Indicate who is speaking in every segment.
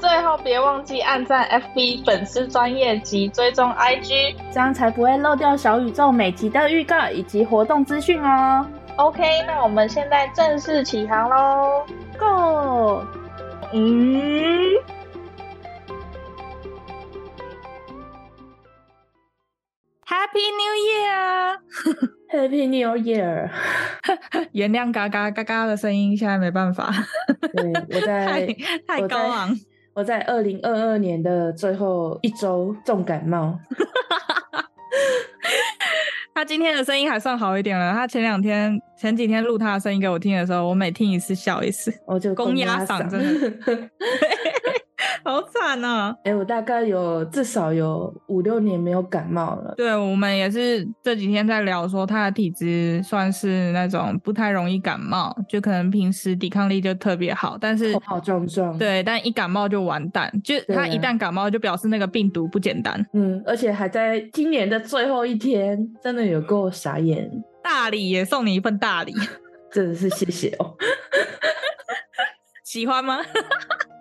Speaker 1: 最后别忘记按赞 FB 粉丝专业及追踪 IG。
Speaker 2: 这样才不会漏掉小宇宙每集的预告以及活动资讯哦。
Speaker 1: OK，那我们现在正式起航喽
Speaker 2: ，Go！
Speaker 1: 嗯，
Speaker 3: Mm-hmm. Happy New Year！
Speaker 2: Happy New Year！
Speaker 3: 原谅嘎嘎嘎嘎的声音，现在没办法。
Speaker 2: 对，我在
Speaker 3: 太太高昂。
Speaker 2: 我在二零二二年的最后一周重感冒。
Speaker 3: 他今天的声音还算好一点了。他前两天、前几天录他的声音给我听的时候，我每听一次笑一次。
Speaker 2: 我就
Speaker 3: 公鸭
Speaker 2: 嗓，
Speaker 3: 真的好惨啊！
Speaker 2: 哎、欸，我大概有至少有五六年没有感冒了。
Speaker 3: 对我们也是这几天在聊说，他的体质算是那种不太容易感冒，就可能平时抵抗力就特别好，但是
Speaker 2: 头好壮壮。
Speaker 3: 对，但一感冒就完蛋，就他一旦感冒就表示那个病毒不简单。
Speaker 2: 嗯，而且还在今年的最后一天，真的有够傻眼。
Speaker 3: 大礼也送你一份大礼，
Speaker 2: 真的是谢谢哦。
Speaker 3: 喜欢吗？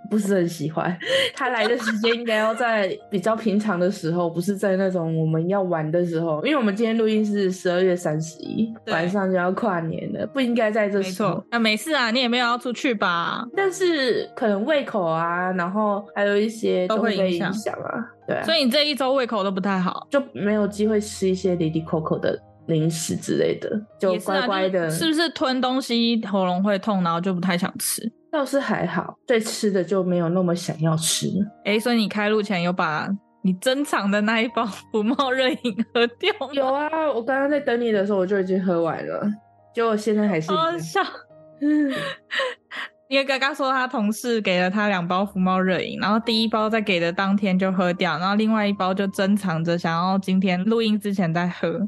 Speaker 2: 不是很喜欢，他来的时间应该要在比较平常的时候，不是在那种我们要玩的时候。因为我们今天录音是十二月三十一，晚上就要跨年了，不应该在这时候。
Speaker 3: 啊，没事啊，你也没有要出去吧？
Speaker 2: 但是可能胃口啊，然后还有一些
Speaker 3: 都
Speaker 2: 会
Speaker 3: 影
Speaker 2: 响啊，对啊。
Speaker 3: 所以你这一周胃口都不太好，
Speaker 2: 就没有机会吃一些离离扣扣的。零食之类的，就乖乖的，
Speaker 3: 是,啊、是不是吞东西喉咙会痛，然后就不太想吃？
Speaker 2: 倒是还好，对吃的就没有那么想要吃。
Speaker 3: 哎、欸，所以你开路前有把你珍藏的那一包 不冒热饮喝掉吗？
Speaker 2: 有啊，我刚刚在等你的时候我就已经喝完了，结果现在还是
Speaker 3: 好笑。因为刚刚说他同事给了他两包福猫热饮，然后第一包在给的当天就喝掉，然后另外一包就珍藏着，想要今天录音之前再喝。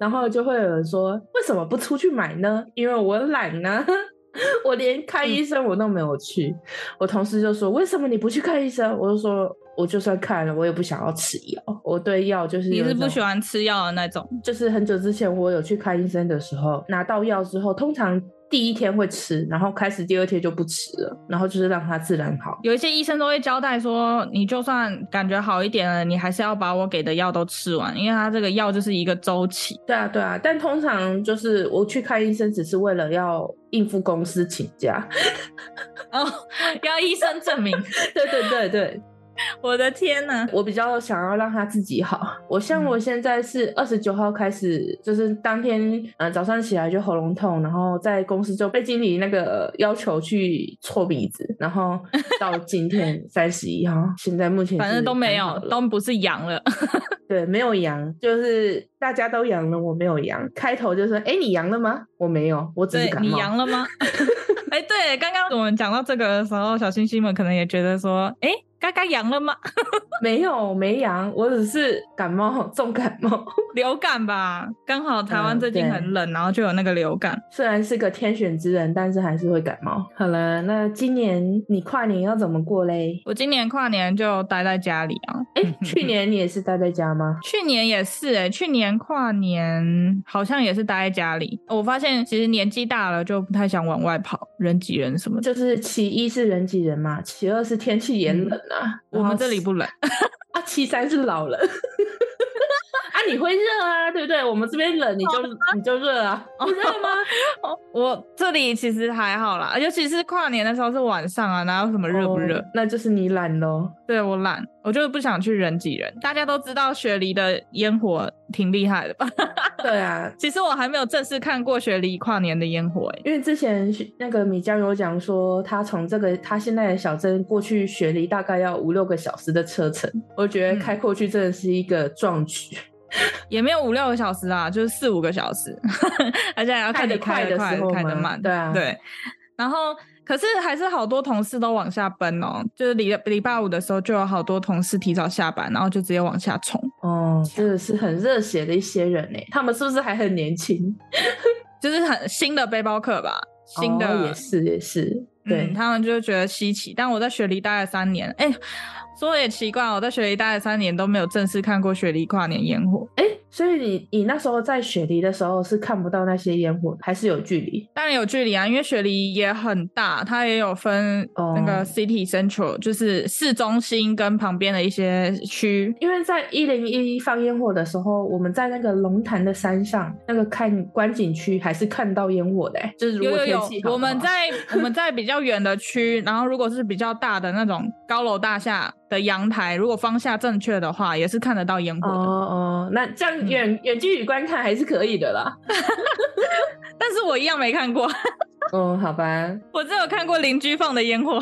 Speaker 2: 然后就会有人说：“为什么不出去买呢？因为我懒呢、啊， 我连看医生我都没有去。嗯”我同事就说：“为什么你不去看医生？”我就说。我就算看了，我也不想要吃药。我对药就是
Speaker 3: 你是不喜欢吃药的那种。
Speaker 2: 就是很久之前我有去看医生的时候，拿到药之后，通常第一天会吃，然后开始第二天就不吃了，然后就是让它自然好。
Speaker 3: 有一些医生都会交代说，你就算感觉好一点了，你还是要把我给的药都吃完，因为它这个药就是一个周期。
Speaker 2: 对啊，对啊。但通常就是我去看医生，只是为了要应付公司请假。
Speaker 3: 哦，要医生证明。
Speaker 2: 对对对对。
Speaker 3: 我的天呐！
Speaker 2: 我比较想要让他自己好。我像
Speaker 3: 嗯
Speaker 2: 我现在是二十九号开始，就是当天呃早上起来就喉咙痛，然后在公司就被经理那个要求去搓鼻子，然后到今天三十一号，现在目前
Speaker 3: 反正都没有，都不是阳了。
Speaker 2: 对，没有阳，就是大家都阳了，我没有阳。开头就说：“哎、欸，你阳了吗？”我没有，我只是感
Speaker 3: 冒。你阳了 吗？哎欸，对，刚刚我们讲到这个的时候，小星星们可能也觉得说：“哎、欸。”嘎嘎阳了吗？
Speaker 2: 没有，没阳，我只是感冒，重感冒，
Speaker 3: 流感吧。刚好台湾最近很冷，嗯、然后就有那个流感。
Speaker 2: 虽然是个天选之人，但是还是会感冒。好了，那今年你跨年要怎么过嘞？
Speaker 3: 我今年跨年就待在家里啊。
Speaker 2: 哎、 欸，去年你也是待在家吗？
Speaker 3: 去年也是哎、欸，去年跨年好像也是待在家里。我发现其实年纪大了就不太想往外跑，人挤人什么的。
Speaker 2: 就是其一是人挤人嘛，其二是天气也冷。嗯
Speaker 3: 啊、我们这里不冷
Speaker 2: 啊，七三是老人 啊，你会热啊，对不对？我们这边冷，你就你就热啊，
Speaker 3: 哦
Speaker 2: 不热 吗？
Speaker 3: 我这里其实还好啦，尤其是跨年的时候是晚上啊，哪有什么热不热？哦、
Speaker 2: 那就是你懒喽。
Speaker 3: 对我懒，我就是不想去人挤人。大家都知道雪梨的烟火挺厉害的吧？
Speaker 2: 对啊，
Speaker 3: 其实我还没有正式看过雪梨跨年的烟火、欸，
Speaker 2: 因为之前那个米江有讲说，他从这个他现在的小镇过去雪梨大概要五六个小时的车程，我觉得
Speaker 3: 嗯
Speaker 2: 开过去真的是一个壮举。嗯
Speaker 3: 也没有五六个小时啊，就是 四五个小时，而且还要看你
Speaker 2: 开
Speaker 3: 的
Speaker 2: 快，
Speaker 3: 开的慢，
Speaker 2: 对啊，
Speaker 3: 对。然后可是还是好多同事都往下奔哦，就是礼礼拜五的时候就有好多同事提早下班，然后就直接往下冲。
Speaker 2: 哦，真的是很热血的一些人呢。他们是不是还很年轻？
Speaker 3: 就是很新的背包客吧，新的、
Speaker 2: 哦也是也是，对，
Speaker 3: 嗯他们就觉得稀奇。但我在雪梨待了三年，哎、说也奇怪，我在雪梨待了三年都没有正式看过雪梨跨年烟火。
Speaker 2: 哎、所以你你那时候在雪梨的时候是看不到那些烟火的，还是有距离？
Speaker 3: 当然有距离啊，因为雪梨也很大，它也有分
Speaker 2: 哦
Speaker 3: 那个 city central，、就是市中心跟旁边的一些区。
Speaker 2: 因为在一零一放烟火的时候，我们在那个龙潭的山上那个看观景区还是看到烟火的、欸，就是如
Speaker 3: 有
Speaker 2: 果
Speaker 3: 有
Speaker 2: 天
Speaker 3: 有
Speaker 2: 气好的，话
Speaker 3: 我们在 我们在比较远的区，然后如果是比较大的那种高楼大厦的阳台，如果方向正确的话，也是看得到烟火
Speaker 2: 哦
Speaker 3: 的。
Speaker 2: 哦，那这样
Speaker 3: 嗯
Speaker 2: 远、远距离观看还是可以的 啦。
Speaker 3: 但是我一样没看过，
Speaker 2: 嗯，好吧，
Speaker 3: 我只有看过邻居放的烟火。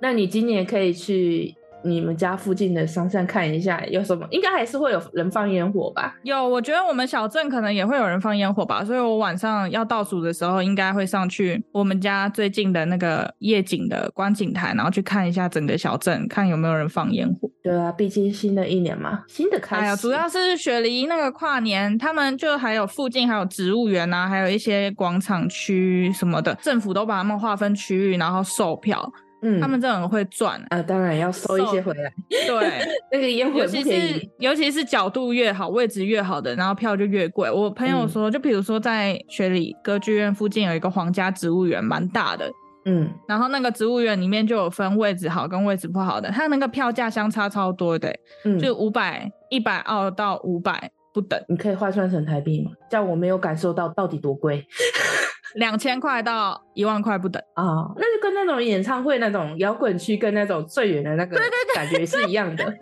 Speaker 2: 那你今年可以去你们家附近的商场看一下有什么，应该还是会有人放烟火吧？
Speaker 3: 有，我觉得我们小镇可能也会有人放烟火吧，所以我晚上要倒数的时候，应该会上去我们家最近的那个夜景的观景台，然后去看一下整个小镇，看有没有人放烟火。
Speaker 2: 对啊，毕竟新的一年嘛，新的开始。
Speaker 3: 哎呀，主要是雪梨那个跨年，他们就还有附近还有植物园啊，还有一些广场区什么的，政府都把他们划分区域，然后售票，
Speaker 2: 嗯，
Speaker 3: 他们这很会赚。
Speaker 2: 啊，当然要收一些
Speaker 3: 收
Speaker 2: 回来，
Speaker 3: 对，
Speaker 2: 那个烟火
Speaker 3: 尤
Speaker 2: 也不
Speaker 3: 其
Speaker 2: 便
Speaker 3: 是
Speaker 2: 宜。
Speaker 3: 尤其是角度越好、位置越好的，然后票就越贵。我朋友
Speaker 2: 嗯
Speaker 3: 说，就比如说在雪里歌剧院附近有一个皇家植物园，蛮大的。
Speaker 2: 嗯，
Speaker 3: 然后那个植物园里面就有分位置好跟位置不好的，它那个票价相差超多的、欸
Speaker 2: 嗯
Speaker 3: 就五百、一百澳到五百不等，
Speaker 2: 你可以换算成台币吗？这样我没有感受到到底多贵
Speaker 3: 两千块到一万块 不等。
Speaker 2: 啊！那就跟那种演唱会、那种摇滚区跟那种最远的那个感觉是一样的。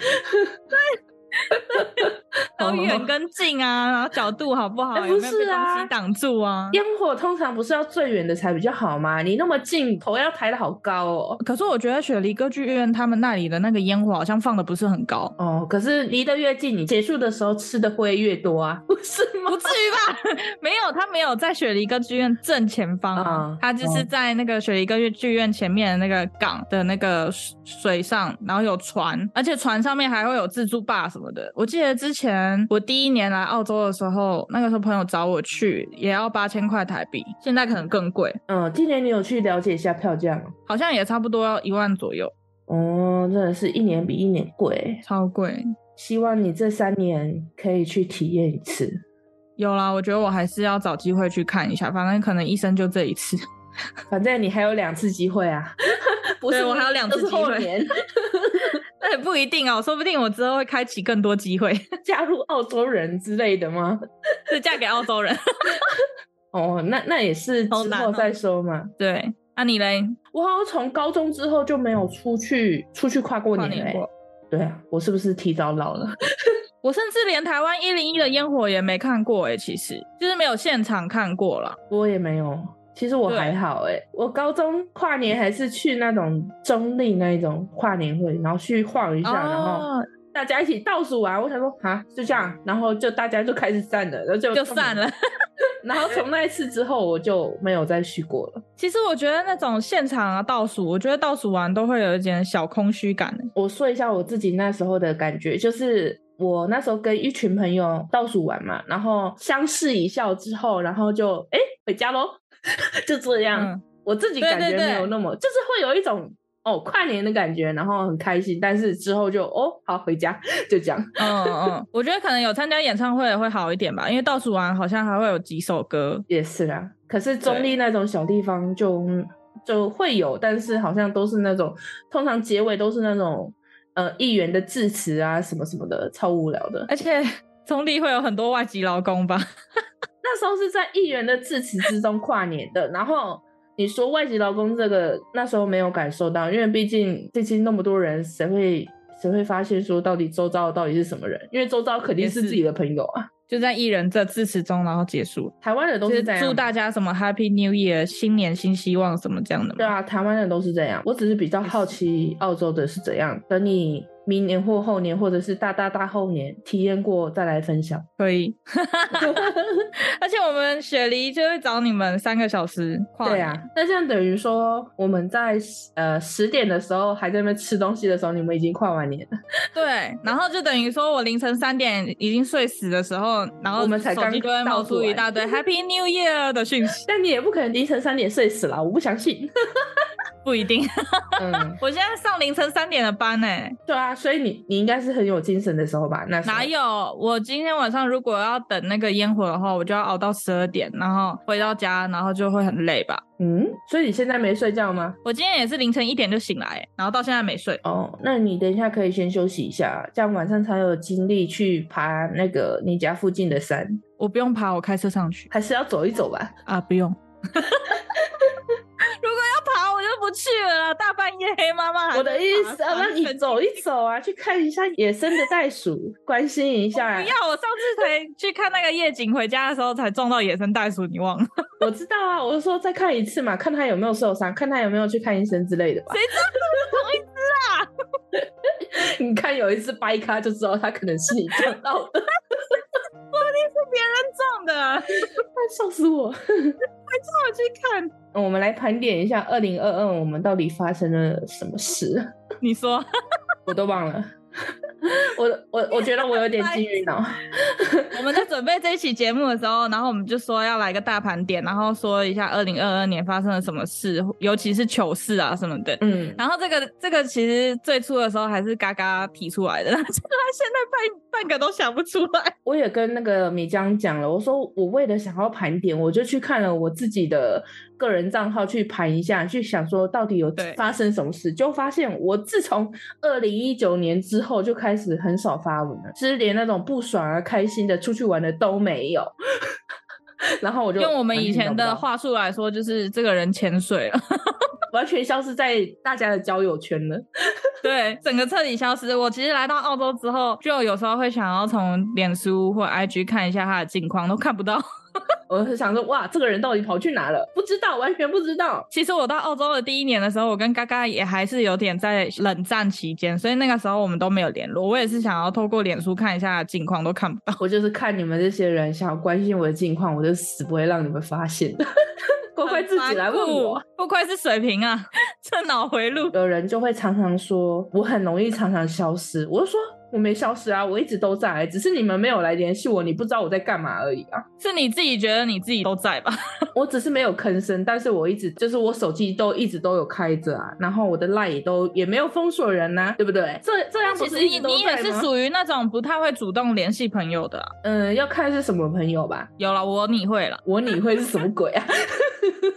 Speaker 3: 然后远
Speaker 2: 哦
Speaker 3: 跟近啊，然后角度好不好，
Speaker 2: 哎
Speaker 3: 有
Speaker 2: 不
Speaker 3: 没有被
Speaker 2: 是啊
Speaker 3: 东西挡住啊？
Speaker 2: 烟火通常不是要最远的才比较好吗？你那么近，头要抬得好高哦。
Speaker 3: 可是我觉得雪梨歌剧院他们那里的那个烟火好像放的不是很高，
Speaker 2: 哦，可是离得越近，你结束的时候吃的灰越多啊， 不是吗？
Speaker 3: 不至于吧？没有，他没有在雪梨歌剧院正前方啊、
Speaker 2: 嗯
Speaker 3: 他就是在那个雪梨歌剧院前面的那个港的那个水水上，然后有船，而且船上面还会有自助坝什么的。我记得之前我第一年来澳洲的时候，那个时候朋友找我去，也要八千块台币，现在可能更贵，
Speaker 2: 嗯，今年你有去了解一下票价吗？
Speaker 3: 好像也差不多要一万左右，
Speaker 2: 哦，真的是一年比一年贵。
Speaker 3: 超贵。
Speaker 2: 希望你这三年可以去体验一次。
Speaker 3: 有啦，我觉得我还是要找机会去看一下，反正可能一生就这一次。
Speaker 2: 反正你还有两次机会啊，不是
Speaker 3: 对我还有两次
Speaker 2: 就是
Speaker 3: 机会
Speaker 2: 后年
Speaker 3: 那也不一定哦，说不定我之后会开启更多机会，
Speaker 2: 加入澳洲人之类的吗？
Speaker 3: 是嫁给澳洲人。
Speaker 2: 哦，那那也是
Speaker 3: 好
Speaker 2: 之
Speaker 3: 难
Speaker 2: 后
Speaker 3: 哦
Speaker 2: 再说嘛。
Speaker 3: 对，那、你嘞？
Speaker 2: 我好像从高中之后就没有出去出去跨过
Speaker 3: 跨
Speaker 2: 年了、
Speaker 3: 年
Speaker 2: 欸
Speaker 3: 过。，
Speaker 2: 对啊，我是不是提早老了？
Speaker 3: 我甚至连台湾一零一的烟火也没看过哎、其实就是没有现场看过啦。
Speaker 2: 我也没有。其实我
Speaker 3: 对
Speaker 2: 还好哎、我高中跨年还是去那种中立那一种跨年会，然后去晃一下，然后
Speaker 3: 哦，
Speaker 2: 大家一起倒数完，我想说啊就这样，然后就大家就开始散了，然 后就
Speaker 3: 就散了。。
Speaker 2: 然后从那一次之后，我就没有再去过了。
Speaker 3: 其实我觉得那种现场啊倒数，我觉得倒数完都会有一点小空虚感、欸。
Speaker 2: 我说一下我自己那时候的感觉，就是我那时候跟一群朋友倒数完嘛，然后相视一笑之后，然后就哎、诶回家喽， 就这样。
Speaker 3: 嗯
Speaker 2: 我自己
Speaker 3: 对
Speaker 2: 感
Speaker 3: 对
Speaker 2: 觉
Speaker 3: 对
Speaker 2: 没有那么，就是会有一种哦跨年的感觉，然后很开心，但是之后就哦好回家， 就这样。
Speaker 3: 嗯嗯，我觉得可能有参加演唱会的会好一点吧，因为倒数完好像还会有几首歌。
Speaker 2: 也是啦，可是中立那种小地方就就会有，但是好像都是那种，通常结尾都是那种呃议员的致辞啊什么什么的，超无聊的。
Speaker 3: 而且 中立会有很多外籍劳工吧？
Speaker 2: 那时候是在议员的致辞之中跨年的，然后你说外籍劳工这个那时候没有感受到，因为毕竟毕竟那么多人，谁会谁会发现说到底周遭到底是什么人？因为周遭肯定是
Speaker 3: 也是
Speaker 2: 自己的朋友啊。
Speaker 3: 就在艺人这致辞中，然后结束，
Speaker 2: 台湾人都
Speaker 3: 就是
Speaker 2: 这样，
Speaker 3: 祝大家什么 Happy New Year，新年新希望什么这样的嘛。
Speaker 2: 对啊，台湾人都是这样。我只是比较好奇澳洲的是怎样。等你明年或后年，或者是大大大后年体验过再来分享。
Speaker 3: 可以。 而且我们雪梨就会找你们三个小时跨
Speaker 2: 对
Speaker 3: 年。
Speaker 2: 啊，那这样等于说我们在呃十点的时候还在那边吃东西的时候，你们已经跨完年了，
Speaker 3: 对，然后就等于说我凌晨三点已经睡死的时候，然后
Speaker 2: 我们才
Speaker 3: 手
Speaker 2: 刚哎
Speaker 3: 机就会冒出一大 堆 Happy New Year 的讯息，
Speaker 2: 但你也不可能凌晨三点睡死了，我不相 信。
Speaker 3: 不一定。
Speaker 2: 嗯，
Speaker 3: 我现在上凌晨三点的班呢、
Speaker 2: 对啊，所以你你应该是很有精神的时候吧？那时候
Speaker 3: 哪？有？我今天晚上如果要等那个烟火的话，我就要熬到十二点，然后回到家，然后就会很累吧。
Speaker 2: 嗯，所以你现在没睡觉吗？
Speaker 3: 我今天也是凌晨一点就醒来、然后到现在没睡。
Speaker 2: 哦，那你等一下可以先休息一下，这样晚上才有精力去爬那个你家附近的山，
Speaker 3: 我不用爬，我开车上去
Speaker 2: 还是要走一走吧。
Speaker 3: 啊，不用。如果要爬，我就不去了啦，大半夜黑妈 妈还在爬。
Speaker 2: 我的意思，啊，让你
Speaker 3: 神经
Speaker 2: 走一走啊，去看一下野生的袋鼠，关心一下。
Speaker 3: 哦不要，我上次才 去看那个夜景，回家的时候才撞到野生袋鼠，你 忘了？
Speaker 2: 我知道啊，我就说再看一次嘛，看他有没有受伤，看他有没有去看医生之类的吧。
Speaker 3: 啊
Speaker 2: 你看有一次掰咖就知道他可能是你撞到的，
Speaker 3: 别人撞的，快
Speaker 2: 笑死我。
Speaker 3: 我去看。
Speaker 2: 我们来盘点一下二零二二我们到底发生了什么事，
Speaker 3: 你说，
Speaker 2: 我都忘了。 我我我觉得我 有点金鱼脑，
Speaker 3: 我们在准备这一期节目的时候，然后我们就说要来个大盘点，然后说一下二零二二年发生了什么事，尤其是糗事啊什么的。
Speaker 2: 嗯，
Speaker 3: 然后这个这个其实最初的时候还是嘎嘎提出来的， 但是他现在半半个都想不出来。
Speaker 2: 我也跟那个米江讲了，我说我为了想要盘点，我就去看了我自己的个人账号去盘一下，去想说到底有
Speaker 3: 对
Speaker 2: 发生什么事，就发现我自从二零一九年之后就开始很少发文了，就是连那种不爽啊、开心的出去玩的都没有。 然后我就
Speaker 3: 用我们
Speaker 2: 完
Speaker 3: 以
Speaker 2: 全
Speaker 3: 前
Speaker 2: 找不
Speaker 3: 的
Speaker 2: 到
Speaker 3: 话术来说，就是这个人潜水了，
Speaker 2: 完全消失在大家的交友圈了。
Speaker 3: 对，整个彻底消失。我其实来到澳洲之后，就有时候会想要从脸书或 IG 看一下他的近况，都看不到。
Speaker 2: 我是想说，哇，这个人到底跑去哪了？不知道，完全不知道。
Speaker 3: 其实我到澳洲的第一年的时候，我跟嘎嘎也还是有点在冷战期间，所以那个时候我们都没有联络。我也是想要透过脸书看一下近况，都看不到。
Speaker 2: 我就是看你们这些人想要关心我的近况，我就死不会让你们发现的。 乖乖自己来问我。，
Speaker 3: 不愧是水瓶啊， 这脑回路。
Speaker 2: 有人就会常常说我很容易常常消失，我就说我没消失啊，我一直都在，只是你们没有来联系我，你不知道我在干嘛而已啊。
Speaker 3: 是你自己觉得你自己都在吧？
Speaker 2: 我只是没有吭声，但是我一直就是我手机都一直都有开着啊，然后我的 line 也都也没有封锁人呐、对不对？这这样不
Speaker 3: 其
Speaker 2: 是
Speaker 3: 实
Speaker 2: 一
Speaker 3: 你
Speaker 2: 直都
Speaker 3: 你也
Speaker 2: 在
Speaker 3: 是
Speaker 2: 吗？
Speaker 3: 属于那种不太会主动联系朋友的啊、
Speaker 2: 嗯，要看是什么朋友吧。
Speaker 3: 有了，我你会了
Speaker 2: ，我你会是什么鬼啊？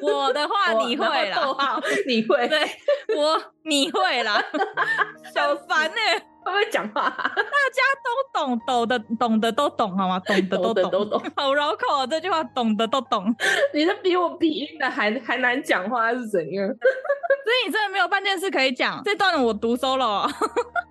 Speaker 3: 我的话
Speaker 2: 我
Speaker 3: 你
Speaker 2: 然后
Speaker 3: 会
Speaker 2: 逗
Speaker 3: 了，
Speaker 2: 号，你 会
Speaker 3: 对我你会 了，很烦呢、
Speaker 2: 会不会讲话？啊
Speaker 3: 都懂，懂的懂的都懂，好吗？懂 的都
Speaker 2: 懂的都懂，
Speaker 3: 好绕口、哦、这句话，懂的都懂。所
Speaker 2: 你这比我鼻音的还还难讲话是怎样？
Speaker 3: 以你真的没有半件事可以讲，这段我读 solo，哦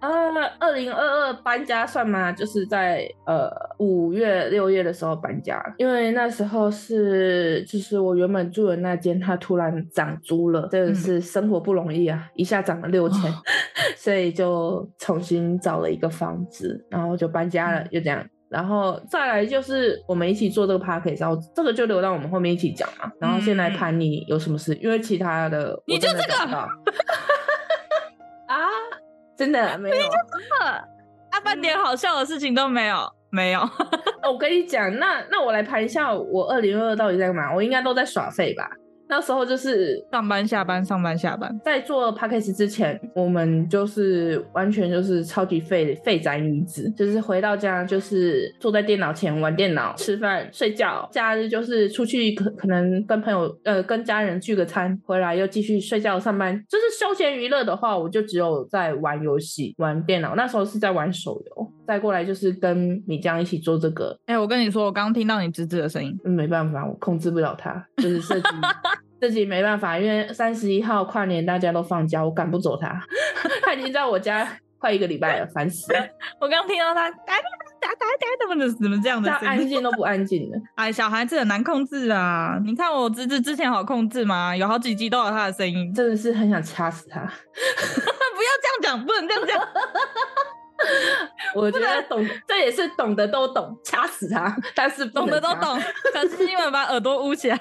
Speaker 2: 呃，二零二二搬家算吗？就是在呃五月六月的时候搬家，因为那时候是就是我原本住的那间，它突然涨租了，真的是生活不容易啊，一下涨了六千，所以就重新找了一个房子，然后就搬家了，就这样。然后再来就是我们一起做这个 p a c k a g e 然后这个就留到我们后面一起讲嘛。然后先来
Speaker 3: 嗯
Speaker 2: 盘你有什么事，因为其他的我
Speaker 3: 你就
Speaker 2: 真的
Speaker 3: 这个
Speaker 2: 找不到 啊，真的没有啊。
Speaker 3: 啊，半
Speaker 2: 嗯
Speaker 3: 点好笑的事情都没有，没有。
Speaker 2: 哦我跟你讲，那那我来盘一下，我二零二二到底在干嘛？我应该都在耍废吧？那时候就是
Speaker 3: 上班下班，上班下班，
Speaker 2: 在做 p a c k a g e 之前，我们就是完全就是超级废废宅女子，就是回到家就是坐在电脑前玩电脑、吃饭、睡觉，假日就是出去可可能跟朋友呃跟家人聚个餐，回来又继续睡觉、上班，就是休闲娱乐的话，我就只有在玩游戏、玩电脑，那时候是在玩手游，再过来就是跟米江一起做这个，
Speaker 3: 哎、我跟你说，我刚刚听到你侄子的声音，
Speaker 2: 嗯没办法，我控制不了他，就是设计设计没办法，因为三十一号跨年大家都放假，我赶不走他， 他已经在我家快一个礼拜了，烦死 了，
Speaker 3: 我刚刚听到他哒哒哎哒哒哒怎么的怎么这样的
Speaker 2: 他
Speaker 3: 声
Speaker 2: 安
Speaker 3: 音？
Speaker 2: 静都不安静的，
Speaker 3: 哎，小孩子很难控制啊！你看我侄子之前好控制吗？有好几集都有他的声音，
Speaker 2: 真的是很想掐死他。
Speaker 3: 不要这样讲，不能这样讲。
Speaker 2: 我觉得懂，这也是懂得都懂，掐死他，但是不
Speaker 3: 懂
Speaker 2: 能
Speaker 3: 的都
Speaker 2: 掐。
Speaker 3: 懂，可是因为把耳朵捂起来，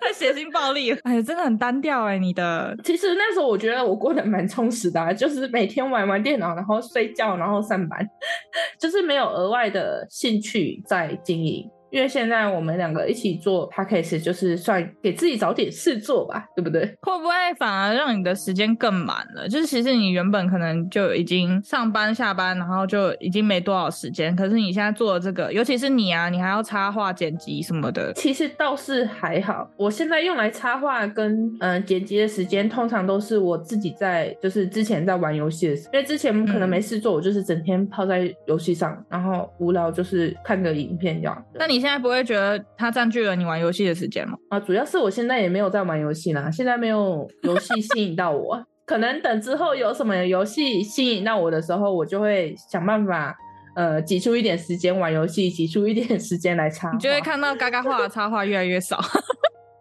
Speaker 3: 太血腥暴力了。哎呀，真的很单调哎、你的
Speaker 2: 其实那时候我觉得我过得蛮充实的、啊， 就是每天玩玩电脑，然后睡觉，然后上班， 就是没有额外的兴趣在经营。因为现在我们两个一起做 p a c k a g e 就是算给自己找点事做吧，对不对？
Speaker 3: 会不会反而让你的时间更满了？就是其实你原本可能就已经上班下班，然后就已经没多少时间，可是你现在做的这个，尤其是你啊，你还要插画、剪辑什么的，
Speaker 2: 其实倒是还好，我现在用来插画跟嗯、呃剪辑的时间，通常都是我自己在，就是之前在玩游戏的时候，因为之前可能没事做，我就是整天泡在游戏上，然后无聊就是看个影片这样。
Speaker 3: 那你现在不会觉得它占据了你玩游戏的时间吗？
Speaker 2: 啊，主要是我现在也没有在玩游戏啦，现在 没有游戏吸引到我。可能等之后有什么游戏吸引到我的时候，我就会想办法，呃，挤出一点时间玩游戏，挤出一点时间来插画。
Speaker 3: 你就会看到嘎嘎画的插画越来越少。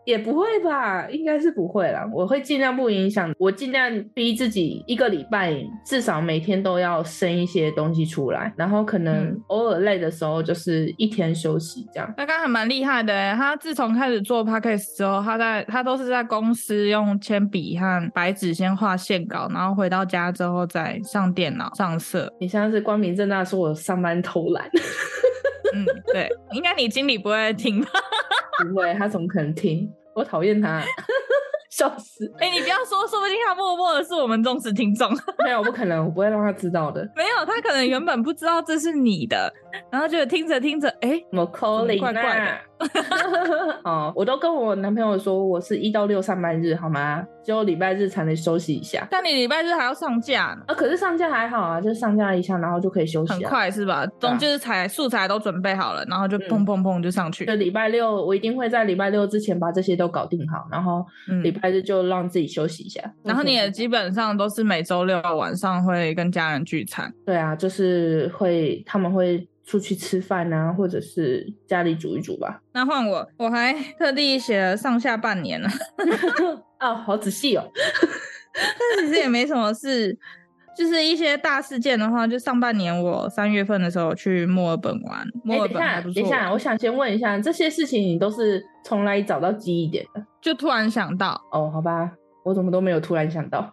Speaker 2: 也不会吧？应该是不会啦。我会尽量不影响，我尽量逼自己一个礼拜至少每天都要生一些东西出来，然后可能
Speaker 3: 嗯
Speaker 2: 偶尔累的时候就是一天休息这样。
Speaker 3: 那刚还蛮厉害的欸，他自从开始做 podcast 之后，他在他都是在公司用铅笔和白纸先画线稿，然后回到家之后再上电脑上色。
Speaker 2: 你像是光明正大说我上班偷懒。
Speaker 3: 嗯，对，应该你经理不会听吧？
Speaker 2: 不会，他怎么可能听？我讨厌他，,啊 笑死！
Speaker 3: 哎、你不要说，说不定他默默的是我们忠实听众。
Speaker 2: 没有，不可能，我不会让他知道的。
Speaker 3: 没有，他可能原本不知道这是你的，然后就听着听着，哎、
Speaker 2: 我扣零
Speaker 3: 怪怪
Speaker 2: 啊！ 哦，我都跟我男朋友说，我是一到六上班日，好吗？只有礼拜日才能休息一下。
Speaker 3: 但你礼拜日还要上架呢。
Speaker 2: 啊，可是上架还好啊，就是上架一下，然后就可以休息、啊。
Speaker 3: 很，快是吧？
Speaker 2: 啊
Speaker 3: 总就是材素材都准备好了，然后就
Speaker 2: 嗯
Speaker 3: 砰砰砰就上去。
Speaker 2: 就礼拜六，我一定会在礼拜六之前把这些都搞定好，然后
Speaker 3: 嗯
Speaker 2: 礼拜日就让自己休息一下。
Speaker 3: 然后你也基本上都是每周六晚上会跟家人聚餐，
Speaker 2: 对啊，就是会他们会出去吃饭啊，或者是家里煮一煮吧。
Speaker 3: 那换我，我还特地写了上下半年呢，
Speaker 2: 啊，好仔细 哦。
Speaker 3: 但其实也没什么事。就是一些大事件的话，就上半年我三月份的时候去墨尔本玩，墨尔
Speaker 2: 哎等一
Speaker 3: 本还
Speaker 2: 下，
Speaker 3: 不
Speaker 2: 等
Speaker 3: 错。啊
Speaker 2: 一下，我想先问一下，这些事情你都是从哪里找到记忆点的？
Speaker 3: 就突然想到，
Speaker 2: 哦，好吧，我怎么都没有突然想到。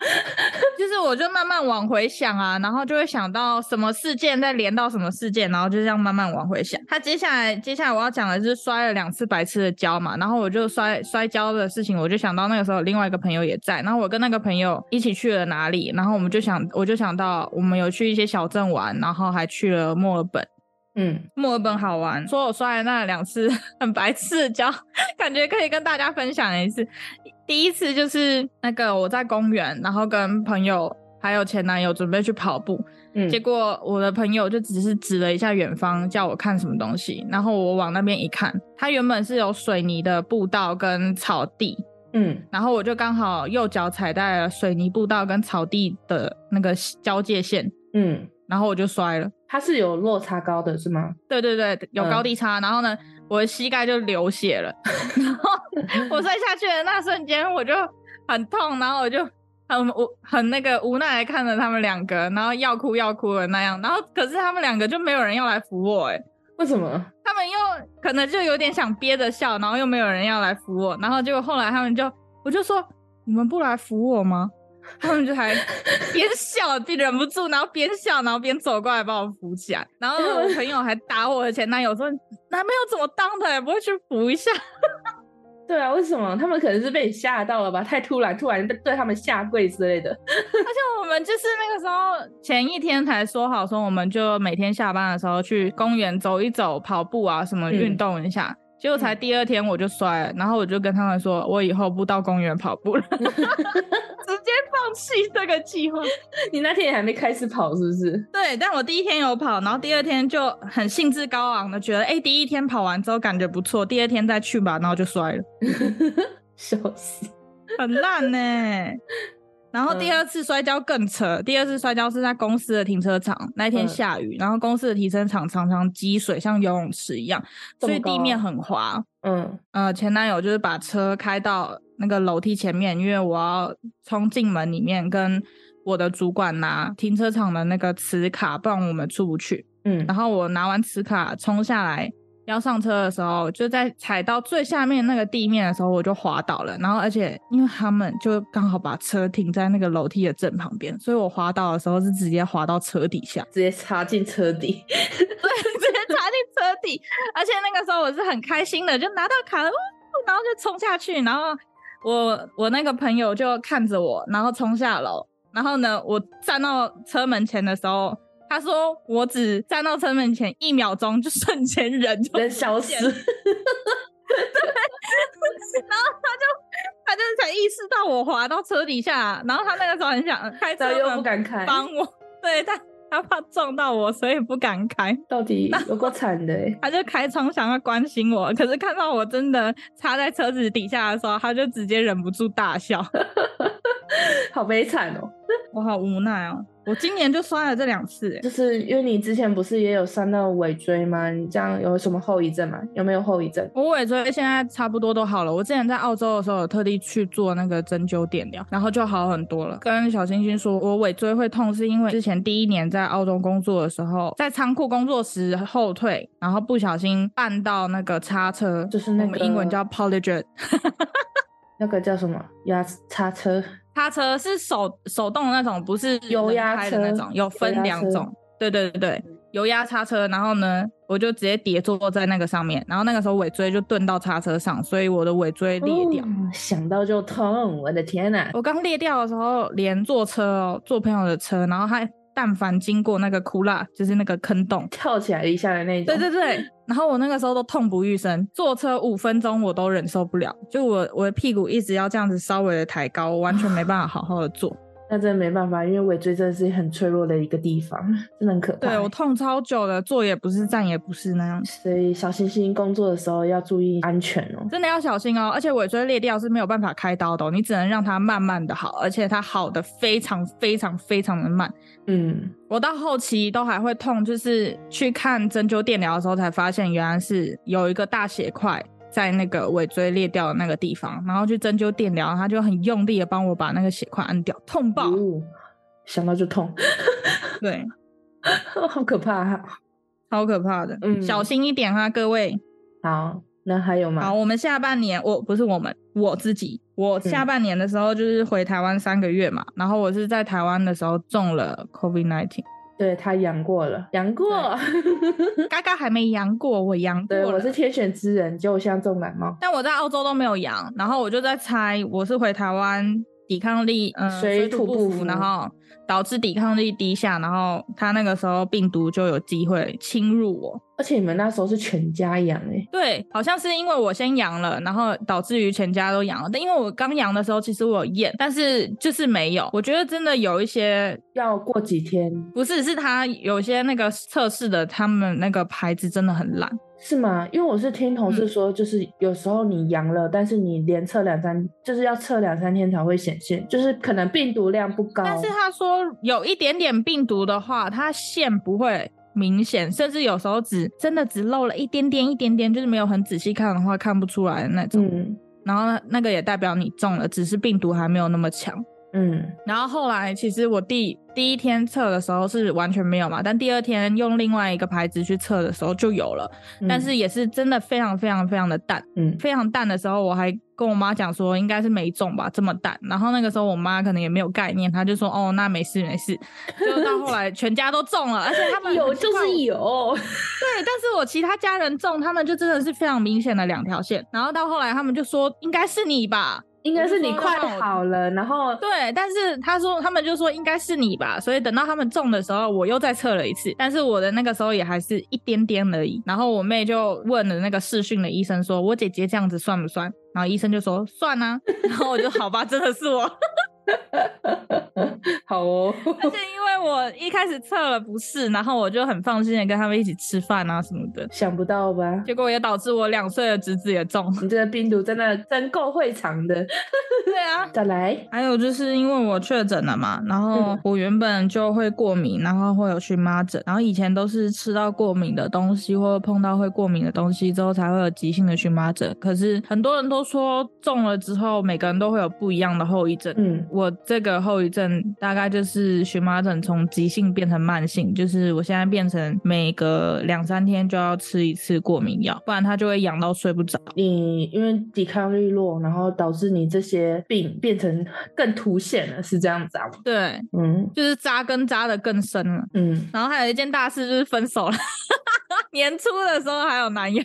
Speaker 3: 就是我就慢慢往回想啊，然后就会想到什么事件再连到什么事件，然后就这样慢慢往回想。他接下来接下来我要讲的就是摔了两次白痴的跤嘛，然后我就摔摔跤的事情，我就想到那个时候另外一个朋友也在，然后我跟那个朋友一起去了哪里，然后我们就想我就想到我们有去一些小镇玩，然后还去了墨尔本。
Speaker 2: 嗯，
Speaker 3: 墨尔本好玩，说我摔的那两次 很白痴的跤， 感觉可以跟大家分享一次。第一次就是那个我在公园，然后跟朋友还有前男友准备去跑步，
Speaker 2: 嗯
Speaker 3: 结果我的朋友就只是指了一下远方，叫我看什么东西，然后我往那边一看，它原本是有水泥的步道跟草地，
Speaker 2: 嗯
Speaker 3: 然后我就刚好右脚踩在了水泥步道跟草地的那个交界线，
Speaker 2: 嗯，
Speaker 3: 然后我就摔了。
Speaker 2: 它是有落差高的是吗？
Speaker 3: 对对对，有
Speaker 2: 嗯
Speaker 3: 高低差。然后呢，我的膝盖就流血了。 然后我摔下去的那瞬间，我就很痛，然后我就很无很那个无奈的看着他们两个，然后要哭要哭的那样。然后可是他们两个就没有人要来扶我、欸，
Speaker 2: 为什么？
Speaker 3: 他们又可能就有点想憋着笑，然后又没有人要来扶我，然后结果后来他们就，我就说你们不来扶我吗？他们就还边笑边忍不住，然后边笑，然后边走过来把我扶起来。然后我朋友还打我的前男友说：“男朋友怎么当的？也不会去扶一下
Speaker 2: 对啊，为什么？他们可能是被你吓到了吧？太突然，突然对他们下跪之类的。？”
Speaker 3: 而 且我们就是那个时候前一天才说好，说我们就每天下班的时候去公园走一走、跑步啊，什么
Speaker 2: 嗯
Speaker 3: 运动一下。结果才第二天我就摔了，然后我就跟他们说，我以后不到公园跑步了。直接放弃这个计划。
Speaker 2: 你那天也还没开始跑，是不是？
Speaker 3: 对，但我第一天有跑，然后第二天就很兴致高昂的觉得，哎，第一天跑完之后感觉不错，第二天再去吧，然后就摔了，
Speaker 2: 笑死！
Speaker 3: 很烂呢、然后第
Speaker 2: 嗯
Speaker 3: 二次摔跤更扯，第二次摔跤是在公司的停车场，那一天
Speaker 2: 嗯
Speaker 3: 下雨，然后公司的停车场常常积水，像游泳池一样，
Speaker 2: 这
Speaker 3: 所
Speaker 2: 么
Speaker 3: 以地
Speaker 2: 高
Speaker 3: 面
Speaker 2: 啊
Speaker 3: 很滑。
Speaker 2: 嗯
Speaker 3: 呃，前男友就是把车开到那个楼梯前面，因为我要冲进门里面跟我的主管拿停车场的那个磁卡，不然我们出不去。
Speaker 2: 嗯
Speaker 3: 然后我拿完磁卡冲下来要上车的时候，就在踩到最下面那个地面的时候，我就滑倒了。然后而且因为他们就刚好把车停在那个楼梯的正旁边，所以我滑倒的时候是直接滑到车底下。
Speaker 2: 直接插进车 底，
Speaker 3: 直接 插进车底，而且那个时候我是很开心的，就拿到卡了，呜然后就冲下去，然后我我那个朋友就看着我，然后冲下楼，然后呢，我站到车门前的时候，他说我只站到车门前一秒钟，就 瞬间人就
Speaker 2: 人消失。
Speaker 3: 然后他就他就才意识到我滑到车底下，然后他那个时候很想开车
Speaker 2: 但又
Speaker 3: 门
Speaker 2: 不敢开
Speaker 3: 帮我，对他他怕撞到我，所以不敢开。
Speaker 2: 到底有够惨的欸、
Speaker 3: 他就开窗想要关心我，可是看到我真的插在车子底下的时候，他就直接忍不住大笑，
Speaker 2: 好悲惨哦！
Speaker 3: 我好无奈哦。我今年就摔了这两次，欸
Speaker 2: 就是因为你之前不是也有伤到尾椎吗？你这样有什么后遗症吗？有没有后遗症？
Speaker 3: 我尾椎现在差不多都好了。我之前在澳洲的时候，有特地去做那个针灸电疗，然后就好很多了。跟小星星说，我尾椎会痛是因为之前第一年在澳洲工作的时候，在仓库工作时后退，然后不小心绊到那个叉车，
Speaker 2: 就是那
Speaker 3: 我们英文
Speaker 2: 个
Speaker 3: 叫 p o l y g e t
Speaker 2: 那个叫什么压叉车？
Speaker 3: 叉车是手手动的那种，不是
Speaker 2: 油
Speaker 3: 人
Speaker 2: 压
Speaker 3: 开的那
Speaker 2: 车
Speaker 3: 种，有分
Speaker 2: 油压
Speaker 3: 两
Speaker 2: 车
Speaker 3: 种。对对对对，油压叉车。然后呢，我就直接跌坐在那个上面，然后那个时候尾椎就顿到叉车上，所以我的尾椎裂掉。
Speaker 2: 哦想到就痛，我的天哪、
Speaker 3: 我刚裂掉的时候，连坐车哦，坐朋友的车，然后还但凡经过那个窟窿，就是那个坑洞，
Speaker 2: 跳起来一下的那种。
Speaker 3: 对对对。然后我那个时候都痛不欲生，坐车五分钟我都忍受不了，就我我的屁股一直要这样子稍微的抬高，我完全没办法好好的坐。
Speaker 2: 那真的没办法，因为尾椎真的是很脆弱的一个地方，真的很可怕。
Speaker 3: 对我痛超久了，坐也不是，站也不是那样，
Speaker 2: 所以小星星工作的时候要注意安全哦。
Speaker 3: 真的要小心哦。而且尾椎裂掉是没有办法开刀的哦、你只能让它慢慢的好，而且它好的非常非常非常的慢。
Speaker 2: 嗯，
Speaker 3: 我到后期都还会痛，就是去看针灸电疗的时候才发现，原来是有一个大血块在那个尾椎裂掉的那个地方，然后去针灸电疗，他就很用力的帮我把那个血块按掉，痛爆。
Speaker 2: 哦想到就痛，
Speaker 3: 对，
Speaker 2: 好可怕、啊。
Speaker 3: 超可怕的，
Speaker 2: 嗯
Speaker 3: 小心一点哈、各位。
Speaker 2: 好，那还有吗？
Speaker 3: 好，我们下半年，我不是我们，我自己，我下
Speaker 2: 嗯
Speaker 3: 半年的时候就是回台湾三个月嘛，然后我是在台湾的时候中了 COVID nineteen，
Speaker 2: 对他阳过了，阳过。
Speaker 3: 嘎嘎还没阳过，我阳过
Speaker 2: 嗯对，我
Speaker 3: 了。
Speaker 2: 是天选之人，结果像重感冒，
Speaker 3: 但我在澳洲都没有阳，然后我就在猜，我是回台湾抵抗力嗯、呃
Speaker 2: 水
Speaker 3: 土
Speaker 2: 土
Speaker 3: 不服，
Speaker 2: 不服
Speaker 3: 然后导致抵抗力低下，然后他那个时候病毒就有机会侵入我。
Speaker 2: 而且你们那时候是全家阳哎、
Speaker 3: 对，好像是因为我先阳了，然后导致于全家都阳了。但因为我刚阳的时候，其实我有验，但是就是没有。我觉得真的有一些
Speaker 2: 要过几天
Speaker 3: 不是，是他有些那个测试的，他们那个牌子真的很烂。
Speaker 2: 是吗？因为我是听同
Speaker 3: 嗯
Speaker 2: 事说，就是有时候你阳了，但是你连测两三，就是要测两三天才会显现，就是可能病毒量不高。
Speaker 3: 但是他说有一点点病毒的话，它线不会明显，甚至有时候只真的只露了一点点一点点，就是没有很仔细看的话看不出来的那种。
Speaker 2: 嗯
Speaker 3: 然后那个也代表你中了，只是病毒还没有那么强。
Speaker 2: 嗯，
Speaker 3: 然后后来其实我第第一天测的时候是完全没有嘛，但第二天用另外一个牌子去测的时候就有了，
Speaker 2: 嗯
Speaker 3: 但是也是真的非常非常非常的淡，
Speaker 2: 嗯
Speaker 3: 非常淡的时候我还跟我妈讲说应该是没中吧，这么淡。然后那个时候我妈可能也没有概念，她就说哦那没事没 事，就到后来全家都中了，而且他们
Speaker 2: 有
Speaker 3: 很奇
Speaker 2: 就
Speaker 3: 怪我
Speaker 2: 是有，
Speaker 3: 对，但是我其他家人中，他们就真的是非常明显的两条线。然后到后来他们就说应该是你吧，
Speaker 2: 应该是你快
Speaker 3: 我就说要让我
Speaker 2: 好了，然后
Speaker 3: 对，但是他说他们就说应该是你吧，所以等到他们中的时候，我又再测了一次，但是我的那个时候也还是一点点而已。然后我妹就问了那个视讯的医生说，我姐姐这样子算不算？然后医生就说算啊， 然后我就好吧，真的是我，
Speaker 2: 好哦，
Speaker 3: 但是因为我一开始测了不是，然后我就很放心的跟他们一起吃饭啊什么的，
Speaker 2: 想不到吧？
Speaker 3: 结果也导致我两岁的侄子也中。
Speaker 2: 你这个病毒真的真够会藏的。
Speaker 3: 对啊，
Speaker 2: 再来，
Speaker 3: 还有就是因为我确诊了嘛，然后
Speaker 2: 嗯
Speaker 3: 我原本就会过敏，然后会有荨麻疹，然后以前都是吃到过敏的东西或碰到会过敏的东西之后才会有急性的荨麻疹。可是很多人都说中了之后，每个人都会有不一样的后遗症。
Speaker 2: 嗯
Speaker 3: 我这个后遗症症大概就是荨麻疹从急性变成慢性，就是我现在变成每隔两三天就要吃一次过敏药，不然它就会痒到睡不着。
Speaker 2: 你因为抵抗力弱，然后导致你这些病变成更凸显了，是这样子啊？
Speaker 3: 对，
Speaker 2: 嗯
Speaker 3: 就是扎根扎的更深了。
Speaker 2: 嗯，
Speaker 3: 然后还有一件大事就是分手了， 年初的时候还有男友，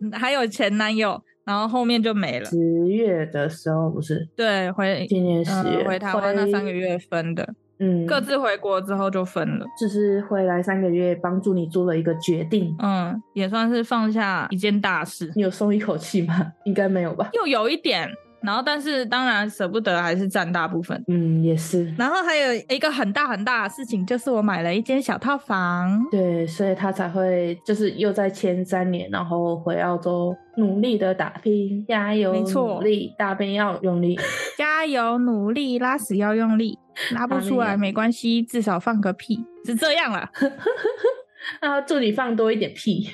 Speaker 3: 嗯还有前男友，然后后面就没了。
Speaker 2: 十月的时候不是
Speaker 3: 对，回
Speaker 2: 今年十月、
Speaker 3: 呃、回台湾那三个，月分的，
Speaker 2: 嗯，
Speaker 3: 各自回国之后就分了。
Speaker 2: 就是回来三个月，帮助你做了一个决定。
Speaker 3: 嗯，也算是放下一件大事，
Speaker 2: 你有松一口气吗？ 应该没有吧？
Speaker 3: 又有一点，然后但是当然舍不得还是占大部分。
Speaker 2: 嗯，也是。
Speaker 3: 然后还有一个很大很大的事情，就是我买了一间小套房。
Speaker 2: 对，所以他才会就是又在前三年，然后回澳洲努力的打拼，加油，
Speaker 3: 没错
Speaker 2: 努力，大便要用力。
Speaker 3: 加油，努力，拉屎要用力，拉不出来没关系，至少放个屁，是这样啦。
Speaker 2: 啊，祝你放多一点屁，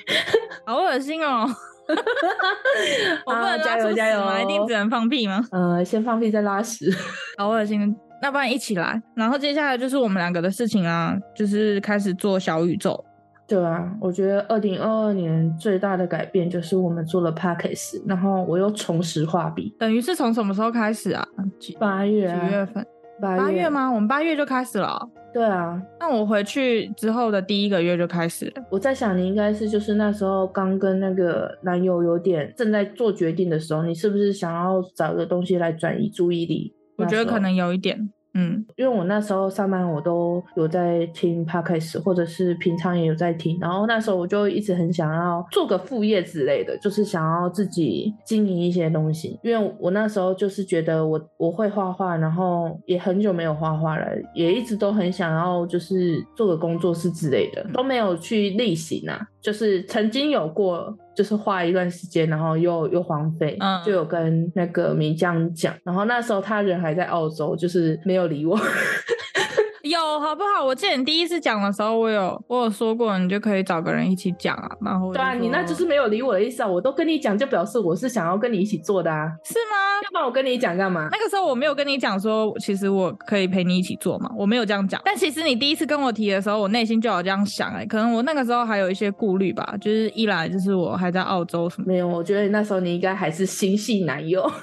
Speaker 3: 好恶心 哦！ 我不
Speaker 2: 啊
Speaker 3: 能拉
Speaker 2: 加
Speaker 3: 出
Speaker 2: 油
Speaker 3: 屎
Speaker 2: 加油
Speaker 3: 吗？一定只能放屁吗？
Speaker 2: 呃，先放屁再拉屎。
Speaker 3: 好恶心。那不然一起来，然后接下来就是我们两个的事情啊，就是开始做小宇宙。
Speaker 2: 对啊，我觉得二零二二年最大的改变就是我们做了 p a c k a g e 然后我又重拾画笔。
Speaker 3: 等于是从什么时候开始啊？几
Speaker 2: 八月
Speaker 3: 几
Speaker 2: 啊，
Speaker 3: 月份？
Speaker 2: 八
Speaker 3: 八月
Speaker 2: 月？
Speaker 3: 吗？我们八月就开始了哦。
Speaker 2: 对啊，
Speaker 3: 那我回去之后的第一个月就开始了。
Speaker 2: 我在想你应该是就是那时候刚跟那个男友有点正在做决定的时候，你是不是想要找个东西来转移注意力？
Speaker 3: 我觉得
Speaker 2: 那时候
Speaker 3: 可能有一点，嗯，
Speaker 2: 因为我那时候上班，我都有在听 podcast，或者是平常也有在听。然后那时候我就一直很想要做个副业之类的，就是想要自己经营一些东西。因为我那时候就是觉得我我会画画，然后也很久没有画画了，也一直都很想要就是做个工作室之类的，都没有去例行啊。就是曾经有过，就是画一段时间，然后又又荒废，
Speaker 3: 嗯
Speaker 2: 就有跟那个名将讲，然后那时候他人还在澳洲，就是没有理 我。
Speaker 3: 有好不好？我记得你第一次讲的时候，我有我有说过，你就可以找个人一起讲啊。然后我
Speaker 2: 对啊，
Speaker 3: 说
Speaker 2: 你那就是没有理我的意思啊！我都跟你讲，就表示我是想要跟你一起做的啊，
Speaker 3: 是吗？
Speaker 2: 要不然我跟你讲干嘛？
Speaker 3: 那个时候我没有跟你讲说，其实我可以陪你一起做嘛，我没有这样讲。但其实你第一次跟我提的时候，我内心就有这样想、欸，可能我那个时候还有一些顾虑吧，就是一来就是我还在澳洲什么，
Speaker 2: 没有，我觉得那时候你应该还是心系男友。
Speaker 3: 啊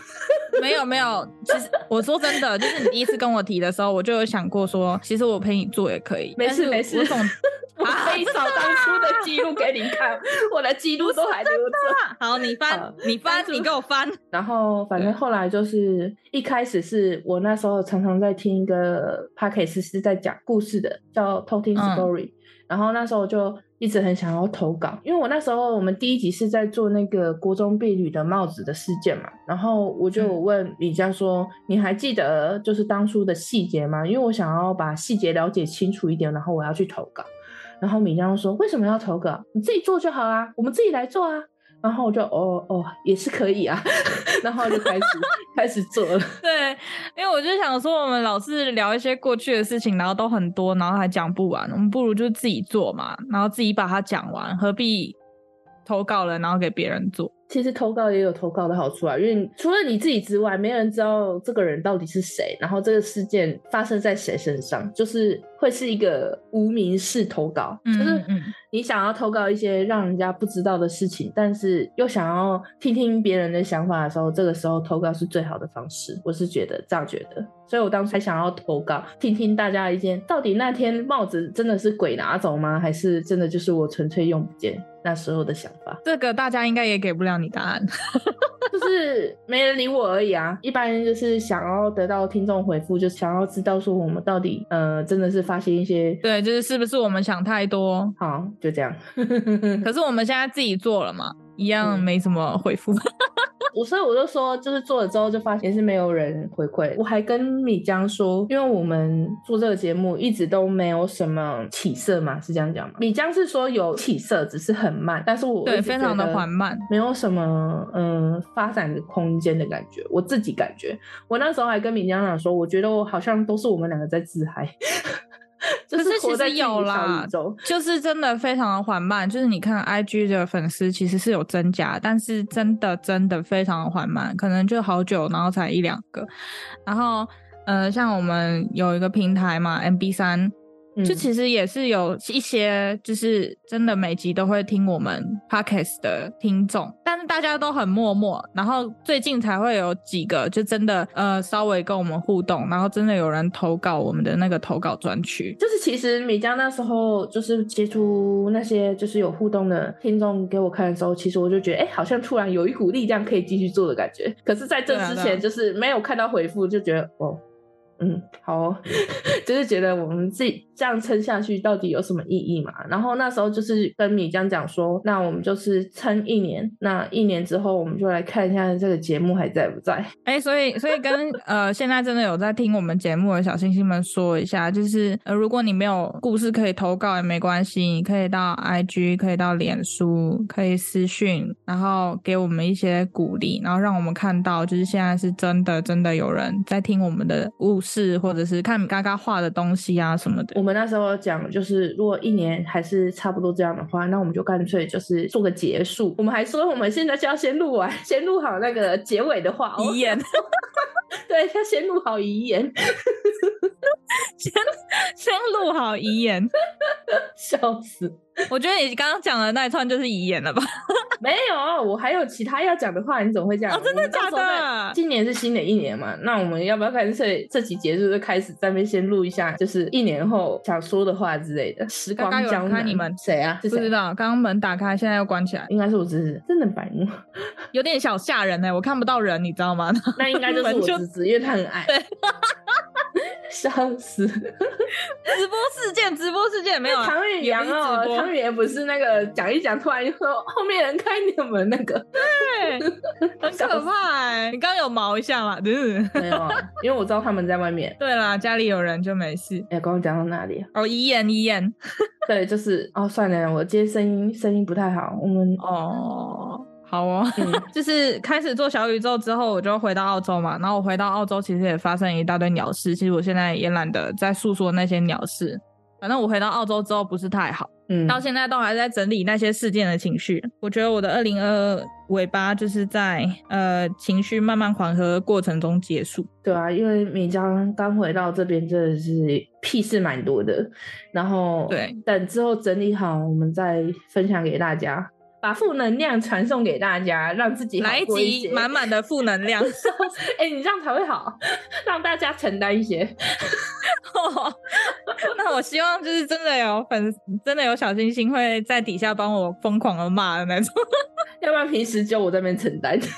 Speaker 3: 没有没有。其实我说真的，就是你第一次跟我提的时候，我就有想过说，其实我陪你做也可以。
Speaker 2: 没事
Speaker 3: 但是
Speaker 2: 没事
Speaker 3: 我 总
Speaker 2: 我可以找当初的记录给你看，我的记录都还留着。
Speaker 3: 好，你翻
Speaker 2: 好
Speaker 3: 你翻
Speaker 2: 当，初
Speaker 3: 你给我翻。
Speaker 2: 然后反正后来就是一开始是我那时候常常在听一个 podcast 是在讲故事的，叫偷听
Speaker 3: 嗯
Speaker 2: story、然后那时候我就一直很想要投稿，因为我那时候我们第一集是在做那个国中婢女的帽子的事件嘛，然后我就有问米佳说：“你还记得就是当初的细节吗？”因为我想要把细节了解清楚一点，然后我要去投稿。然后米佳说：“为什么要投稿？你自己做就好啦、我们自己来做啊。”然后我就哦哦也是可以啊，然后就开始开始做了。
Speaker 3: 对，因为我就想说，我们老是聊一些过去的事情，然后都很多，然后还讲不完，我们不如就自己做嘛，然后自己把它讲完，何必投稿了，然后给别人做？
Speaker 2: 其实投稿也有投稿的好处啊，因为除了你自己之外，没人知道这个人到底是谁，然后这个事件发生在谁身上，就是会是一个无名氏投稿，
Speaker 3: 嗯
Speaker 2: 就是
Speaker 3: 嗯嗯
Speaker 2: 你想要投稿一些让人家不知道的事情，但是又想要听听别人的想法的时候，这个时候投稿是最好的方式，我是觉得这样觉得。所以我当时还想要投稿，听听大家的意见，到底那天帽子真的是鬼拿走吗？还是真的就是我纯粹用不见？那时候的想法。
Speaker 3: 这个大家应该也给不了你答案。
Speaker 2: 就是没人理我而已啊。一般人就是想要得到听众回复，就想要知道说我们到底呃真的是发现一些
Speaker 3: 对，就是是不是我们想太多？
Speaker 2: 好，就这样。
Speaker 3: 可是我们现在自己做了嘛，一样
Speaker 2: 嗯
Speaker 3: 没什么回复。
Speaker 2: 我所以我就说，就是做了之后就发现是没有人回馈。我还跟米江说，因为我们做这个节目一直都没有什么起色嘛，是这样讲吗？米江是说有起色，只是很慢，但是我
Speaker 3: 对
Speaker 2: 一直
Speaker 3: 非常地
Speaker 2: 觉得
Speaker 3: 缓慢
Speaker 2: 没有什么嗯、呃发展的空间的感觉。我自己感觉，我那时候还跟米江讲说，我觉得我好像都是我们两个在自嗨。 就
Speaker 3: 可是其
Speaker 2: 活在
Speaker 3: 实
Speaker 2: 自己
Speaker 3: 有
Speaker 2: 的小
Speaker 3: 啦
Speaker 2: 宇宙，
Speaker 3: 就是真的非常的缓慢，就是你看 IG 的粉丝其实是有增加，但是真的真的非常的缓慢，可能就好久，然后才一两个，然后呃，像我们有一个平台嘛，MB 三，
Speaker 2: 嗯
Speaker 3: 就其实也是有一些，就是真的每集都会听我们 podcast 的听众，但是大家都很默默。然后最近才会有几个，就真的呃稍微跟我们互动，然后真的有人投稿我们的那个投稿专区。
Speaker 2: 就是其实米江那时候就是接触那些就是有互动的听众给我看的时候，其实我就觉得，哎、好像突然有一股力量可以继续做的感觉。可是在这
Speaker 3: 对啊
Speaker 2: 之
Speaker 3: 对啊
Speaker 2: 前，就是没有看到回复，就觉得哦，嗯，好哦、 就是觉得我们自己这样撑下去到底有什么意义嘛？然后那时候就是跟米江讲说，那我们就是撑一年，那一年之后我们就来看一下这个节目还在不在。
Speaker 3: 哎、所以所以跟呃现在真的有在听我们节目的小星星们说一下，就是呃如果你没有故事可以投稿也没关系，你可以到 IG，可以到脸书，可以私讯，然后给我们一些鼓励，然后让我们看到就是现在是真的真的有人在听我们的故事，或者是看嘎嘎画的东西啊什么的
Speaker 2: 我。们那时候讲，就是如果一年还是差不多这样的话，那我们就干脆就是做个结束。我们还说我们现在就要先录完，先录好那个结尾的话哦
Speaker 3: 遗。言，
Speaker 2: 对，要先录好遗言，
Speaker 3: 先先录好遗言。
Speaker 2: 笑死。
Speaker 3: 我觉得你刚刚讲的那一串就是遗言了吧？
Speaker 2: 没有，啊我还有其他要讲的话，你怎么会这样？
Speaker 3: 哦 真的
Speaker 2: 我们到时候再
Speaker 3: 假的
Speaker 2: 今年是新的一年嘛，那我们要不要干脆这期结束就开始在那边先录一下，就是一年后想说的话之类的？时光
Speaker 3: 刚刚有人
Speaker 2: 胶
Speaker 3: 开
Speaker 2: 囊
Speaker 3: 你们
Speaker 2: 谁啊？是
Speaker 3: 不知
Speaker 2: 谁？
Speaker 3: 道，刚刚门打开，现在又关起来。
Speaker 2: 应该是我侄子，真的白目。
Speaker 3: 有点小吓人欸呢、我看不到人，你知道吗？
Speaker 2: 那应该就是我侄子，因为他很矮。
Speaker 3: 对，
Speaker 2: 笑死！
Speaker 3: 直播事件，直播事件没有啊
Speaker 2: 唐雨阳哦，
Speaker 3: 也不是直播
Speaker 2: 唐雨阳不是那个讲一讲，突然就说后面人开你们那个，
Speaker 3: 对，很可怕哎、你刚刚有毛一下嘛？ 嗯，
Speaker 2: 没有啊，因为我知道他们在外面。
Speaker 3: 对啦，家里有人就没事。
Speaker 2: 哎、刚刚讲到哪里啊？
Speaker 3: 哦，遗言遗言
Speaker 2: 对，就是哦，算了，我今天声音声音不太好，我们
Speaker 3: 哦，好哦。
Speaker 2: 嗯，
Speaker 3: 就是开始做小宇宙之后，我就回到澳洲嘛。然后我回到澳洲，其实也发生一大堆鸟事。其实我现在也懒得再诉说那些鸟事。反正我回到澳洲之后不是太好，
Speaker 2: 嗯
Speaker 3: 到现在都还在整理那些事件的情绪。我觉得我的二零二二尾巴就是在呃情绪慢慢缓和的过程中结束。
Speaker 2: 对啊，因为米江刚回到这边，真的是屁事蛮多的。然后
Speaker 3: 对，
Speaker 2: 等之后整理好，我们再分享给大家，把负能量传送给大家，让自己好
Speaker 3: 来一
Speaker 2: 过一
Speaker 3: 集
Speaker 2: 些。
Speaker 3: 满满的负能 量，
Speaker 2: 哎、你这样才会好，让大家承担一些。
Speaker 3: 那我希望就是真的有粉，真的有小星星会在底下帮我疯狂的骂的那 种。
Speaker 2: 要不然平时就我这边承担，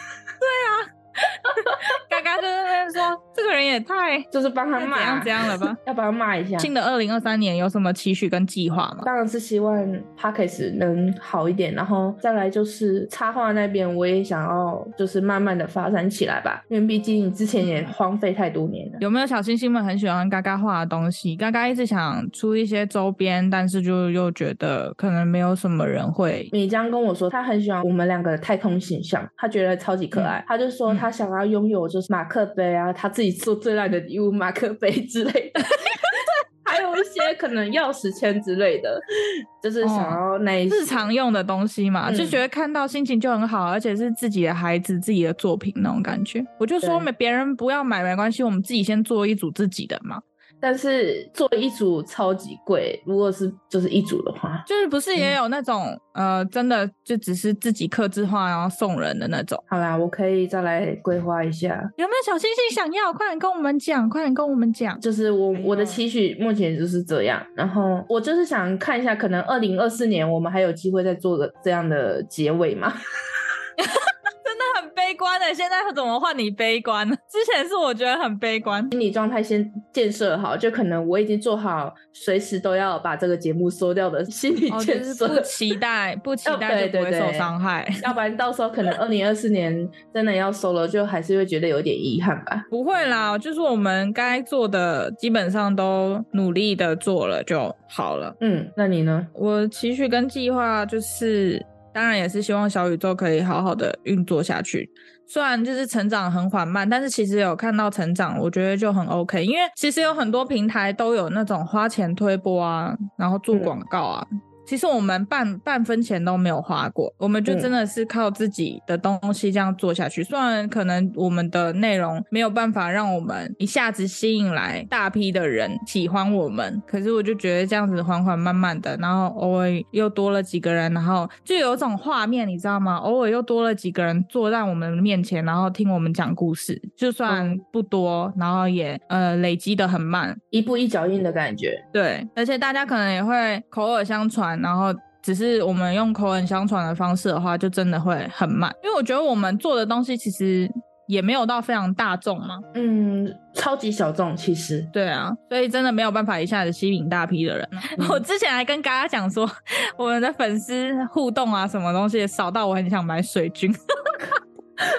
Speaker 3: 嘎嘎就在那边说，这个人也太
Speaker 2: 就是帮他
Speaker 3: 太怎
Speaker 2: 骂啊
Speaker 3: 样怎样了吧？
Speaker 2: 要帮他骂一下。
Speaker 3: 新的二零二三年有什么期许跟计划吗？
Speaker 2: 当然是希望 p a c k a g e 能好一点，然后再来就是插画那边，我也想要就是慢慢的发展起来吧，因为毕竟之前也荒废太多年了。
Speaker 3: 有没有小星星们很喜欢嘎嘎画的东西？嘎嘎一直想出一些周边，但是就又觉得可能没有什么人会。
Speaker 2: 米江跟我说，他很喜欢我们两个的太空形象，他觉得超级可爱。他就说
Speaker 3: 嗯
Speaker 2: 他想要拥有就是马克杯啊，他自己做最烂的礼物马克杯之类 的，还有一些可能钥匙圈之类的，就是想要那一些
Speaker 3: 哦日常用的东西嘛，
Speaker 2: 嗯
Speaker 3: 就觉得看到心情就很好，而且是自己的孩子、自己的作品那种感觉。我就说
Speaker 2: 对
Speaker 3: 没别人不要买没关系，我们自己先做一组自己的嘛。
Speaker 2: 但是做一组超级贵，如果是就是一组的话，
Speaker 3: 就是不是也有那种、呃，真的就只是自己刻制化然后送人的那种？
Speaker 2: 好啦，我可以再来规划一下。
Speaker 3: 有没有小星星想要？快点跟我们讲，快点跟我们讲。
Speaker 2: 就是我
Speaker 3: 哎呦
Speaker 2: 我的期许目前就是这样，然后我就是想看一下，可能二零二四年我们还有机会再做个这样的结尾吗？
Speaker 3: 真的很悲观的、欸现在怎么换你悲观呢？之前是我觉得很悲观，
Speaker 2: 心理状态先建设好，就可能我已经做好随时都要把这个节目收掉的心理
Speaker 3: 哦，就
Speaker 2: 建
Speaker 3: 是
Speaker 2: 设。
Speaker 3: 不期待，不期
Speaker 2: 哦
Speaker 3: 待
Speaker 2: 对
Speaker 3: 就不会
Speaker 2: 对
Speaker 3: 受
Speaker 2: 对
Speaker 3: 伤害。
Speaker 2: 要不然到时候可能二零二四年真的要收了，就还是会觉得有点遗憾吧。
Speaker 3: 不会啦，就是我们该做的基本上都努力的做了就好了。
Speaker 2: 嗯，那你呢？
Speaker 3: 我期许跟计划就是，当然也是希望小宇宙可以好好的运作下去。虽然就是成长很缓慢，但是其实有看到成长，我觉得就很 OK。因为其实有很多平台都有那种花钱推播啊，然后做
Speaker 2: 嗯
Speaker 3: 广告啊，其实我们半半分钱都没有花过，我们就
Speaker 2: 嗯
Speaker 3: 真的是靠自己的东西这样做下去。虽然可能我们的内容没有办法让我们一下子吸引来大批的人喜欢我们，可是我就觉得这样子缓缓慢慢的，然后偶尔又多了几个人，然后就有一种画面，你知道吗？偶尔又多了几个人坐在我们面前，然后听我们讲故事，就算
Speaker 2: 嗯
Speaker 3: 不多，然后也呃累积的很慢，
Speaker 2: 一步一脚印的感觉。
Speaker 3: 对，而且大家可能也会口耳相传，然后只是我们用口耳相传的方式的话，就真的会很慢。因为我觉得我们做的东西其实也没有到非常大众嘛，
Speaker 2: 嗯，超级小众其实。
Speaker 3: 对啊，所以真的没有办法一下子吸引大批的人。啊
Speaker 2: 嗯
Speaker 3: 我之前还跟嘎嘎讲说，我们的粉丝互动啊，什么东西少到我很想买水军。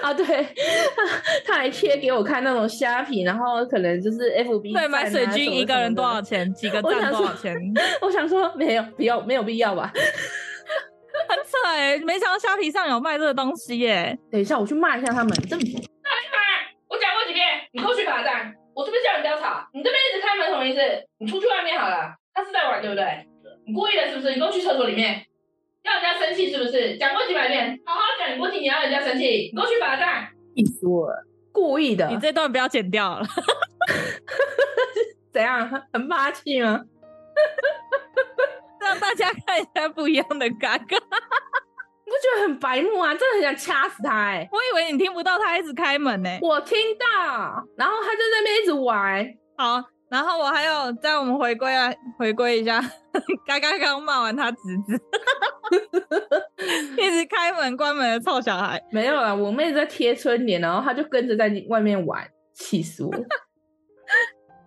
Speaker 2: 啊，对， 他还贴给我看那种虾皮，然后可能就是 FB
Speaker 3: 对，买
Speaker 2: 赞啊
Speaker 3: 水
Speaker 2: 什
Speaker 3: 军
Speaker 2: 么
Speaker 3: 一
Speaker 2: 什
Speaker 3: 个
Speaker 2: 么
Speaker 3: 人多
Speaker 2: 的
Speaker 3: 少钱？几个
Speaker 2: 我
Speaker 3: 赞
Speaker 2: 想
Speaker 3: 多少
Speaker 2: 说
Speaker 3: 钱？
Speaker 2: 我想说没有，不要没有必要吧。
Speaker 3: 很扯哎、没想到虾皮上有卖这个东西耶、
Speaker 2: 等一下，我去骂一下他们。这
Speaker 4: 我讲过几遍，你过去罚站。我这边叫你不要吵，你这边一直开门什么意思？你出去外面好了。他是在玩对不对？你故意的是不是？你给我去厕所里面，让人家生气是不是？讲过几百遍，好好讲，你不听，你让人家生气，你给我去罚站。
Speaker 2: 气死我了，故意的
Speaker 3: 你，这段不要剪掉了。
Speaker 2: 怎样？很霸气吗？
Speaker 3: 让大家看一下不一样的嘎嘎。
Speaker 2: 你不觉得很白目啊？真的很想掐死他哎、
Speaker 3: 我以为你听不到他一直开门呢、
Speaker 2: 我听到，然后他就在那边一直玩，
Speaker 3: 好，然后我还有在我们回归啊，回归一下， 嘎嘎刚骂完他侄子， 一直开门关门的臭小孩。
Speaker 2: 没有啦，我妹在贴春联，然后他就跟着在外面玩，气死 我！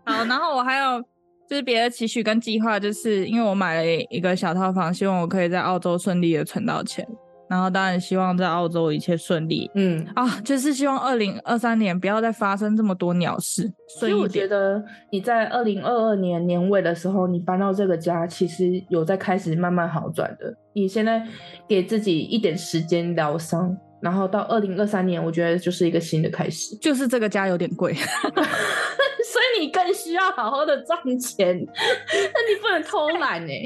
Speaker 3: 好，然后我还有。就是别的期许跟计划，就是因为我买了一个小套房，希望我可以在澳洲顺利的存到钱，然后当然希望在澳洲一切顺利
Speaker 2: 嗯，
Speaker 3: 啊，就是希望二零二三年不要再发生这么多鸟事，
Speaker 2: 所
Speaker 3: 所
Speaker 2: 以
Speaker 3: 以
Speaker 2: 我觉嗯得你在二零二二年年尾的时候，你搬到这个家，其实有在开始慢慢好转的。你现在给自己一点时间疗伤，然后到二零二三年，我觉得就是一个新的开 始。
Speaker 3: 就是这个家有点贵。
Speaker 2: 所以你更需要好好的赚钱，那你不能偷懒哎、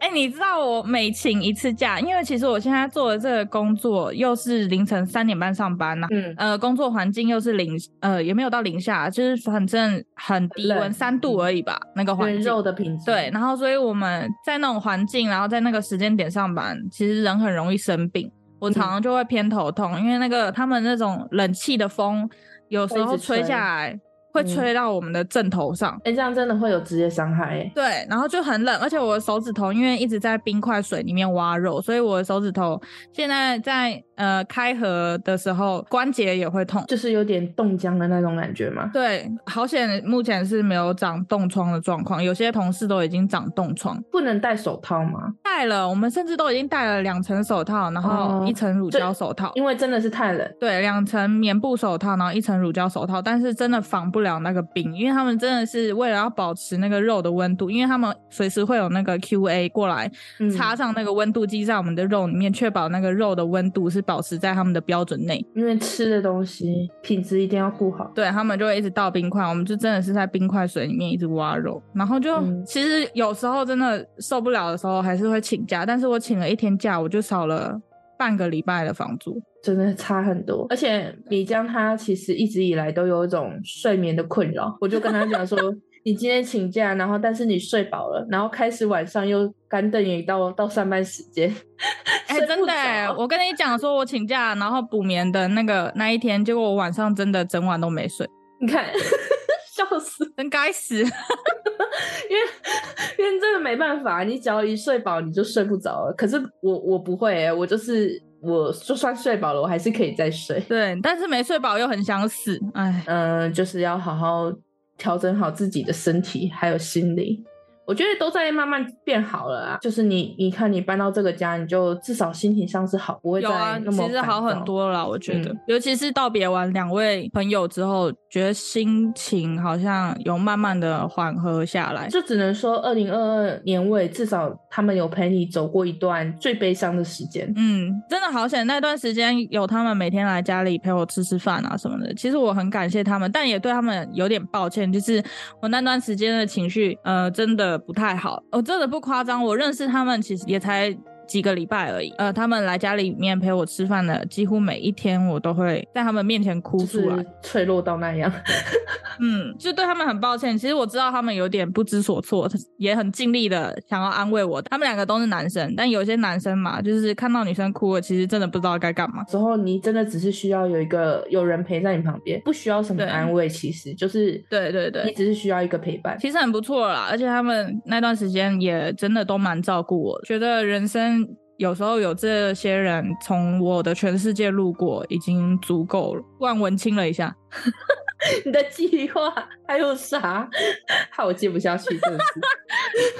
Speaker 3: 哎、你知道我每请一次假，因为其实我现在做的这个工作又是凌晨三点半上班呢、
Speaker 2: 嗯，
Speaker 3: 呃，工作环境又是零，呃，也没有到零下，就是反正很低
Speaker 2: 冷
Speaker 3: 温，三度而已吧，那个环
Speaker 2: 人
Speaker 3: 境
Speaker 2: 肉。的品质。
Speaker 3: 对，，然后所以我们在那种环境，然后在那个时间点上班，其实人很容易生病。
Speaker 2: 嗯
Speaker 3: 我常常就会偏头痛，因为那个他们那种冷气的风，有时
Speaker 2: 会一
Speaker 3: 候
Speaker 2: 直
Speaker 3: 吹
Speaker 2: 吹
Speaker 3: 下来会
Speaker 2: 嗯
Speaker 3: 吹到我们的正头上。
Speaker 2: 哎、这样真的会有职业伤害哎、
Speaker 3: 对，然后就很冷，而且我的手指头因为一直在冰块水里面挖肉，所以我的手指头现在在呃开合的时候关节也会痛。
Speaker 2: 就是有点冻僵的那种感觉嘛。
Speaker 3: 对，好险目前是没有长冻疮的状况，有些同事都已经长冻疮，
Speaker 2: 不能戴手套吗？
Speaker 3: 戴了，我们甚至都已经戴了两层手套，然后
Speaker 2: 哦
Speaker 3: 一层乳
Speaker 2: 这
Speaker 3: 胶手套，
Speaker 2: 因为真的是太冷。
Speaker 3: 对，两层棉布手套，然后一层乳胶手套，但是真的防不了那个冰，因为他们真的是为了要保持那个肉的温度，因为他们随时会有那个 QA 过来
Speaker 2: 嗯
Speaker 3: 插上那个温度计在我们的肉里面，确保那个肉的温度是保持在他们的标准内。
Speaker 2: 因为吃的东西品质一定要顾好。
Speaker 3: 对他们就会一直倒冰块，我们就真的是在冰块水里面一直挖肉，然后就、
Speaker 2: 嗯
Speaker 3: 其实有时候真的受不了的时候还是会请假，但是我请了一天假，我就少了半个礼拜的房租。
Speaker 2: 真的差很多。而且米江他其实一直以来都有一种睡眠的困扰，我就跟他 讲说。你今天请假，然后但是你睡饱了，然后开始晚上又干瞪眼到到上班时间，
Speaker 3: 哎、
Speaker 2: 睡
Speaker 3: 真
Speaker 2: 不
Speaker 3: 的、欸，
Speaker 2: 着
Speaker 3: 我跟你讲，说我请假然后补眠的那个那一天，结果我晚上真的整晚都没睡，
Speaker 2: 你看 笑死，
Speaker 3: 真该死。
Speaker 2: 因为因为真的没办法，你只要一睡饱你就睡不着了。可是我我不会、欸，我就是我就算睡饱了，我还是可以再睡。
Speaker 3: 对，但是没睡饱又很想死，哎。
Speaker 2: 嗯，就是要好好调整好自己的身体还有心理。我觉得都在慢慢变好了啊，就是你，你看你搬到这个家，你就至少心情上是好，不会再
Speaker 3: 有啊，
Speaker 2: 那么
Speaker 3: 其实
Speaker 2: 烦
Speaker 3: 好很
Speaker 2: 躁。
Speaker 3: 多了，我觉得，
Speaker 2: 嗯
Speaker 3: 尤其是道别完两位朋友之后，觉得心情好像有慢慢的缓和下来。
Speaker 2: 就只能说，二零二二年尾至少他们有陪你走过一段最悲伤的时间。
Speaker 3: 嗯，真的好险！那段时间有他们每天来家里陪我吃吃饭啊什么的，其实我很感谢他们，但也对他们有点抱歉，就是我那段时间的情绪，呃，真的不太好。我、真的不夸张，我认识他们其实也才。几个礼拜而已，呃，他们来家里面陪我吃饭的，几乎每一天我都会在他们面前哭啊
Speaker 2: 就
Speaker 3: 出来。
Speaker 2: 是脆弱到那样，
Speaker 3: 嗯，就对他们很抱歉。其实我知道他们有点不知所措，也很尽力的想要安慰我。他们两个都是男生，但有些男生嘛，就是看到女生哭了，其实真的不知道该干嘛。
Speaker 2: 之后你真的只是需要有一个有人陪在你旁边，不需要什么
Speaker 3: 对
Speaker 2: 安慰，其实就是
Speaker 3: 对对对
Speaker 2: 你只是需要一个陪伴。
Speaker 3: 其实很不错啦，而且他们那段时间也真的都蛮照顾我的，觉得人生。有时候有这些人从我的全世界路过，已经足够了。突然文清了一下，
Speaker 2: 你的计划还有啥？害我接不下去，真的是。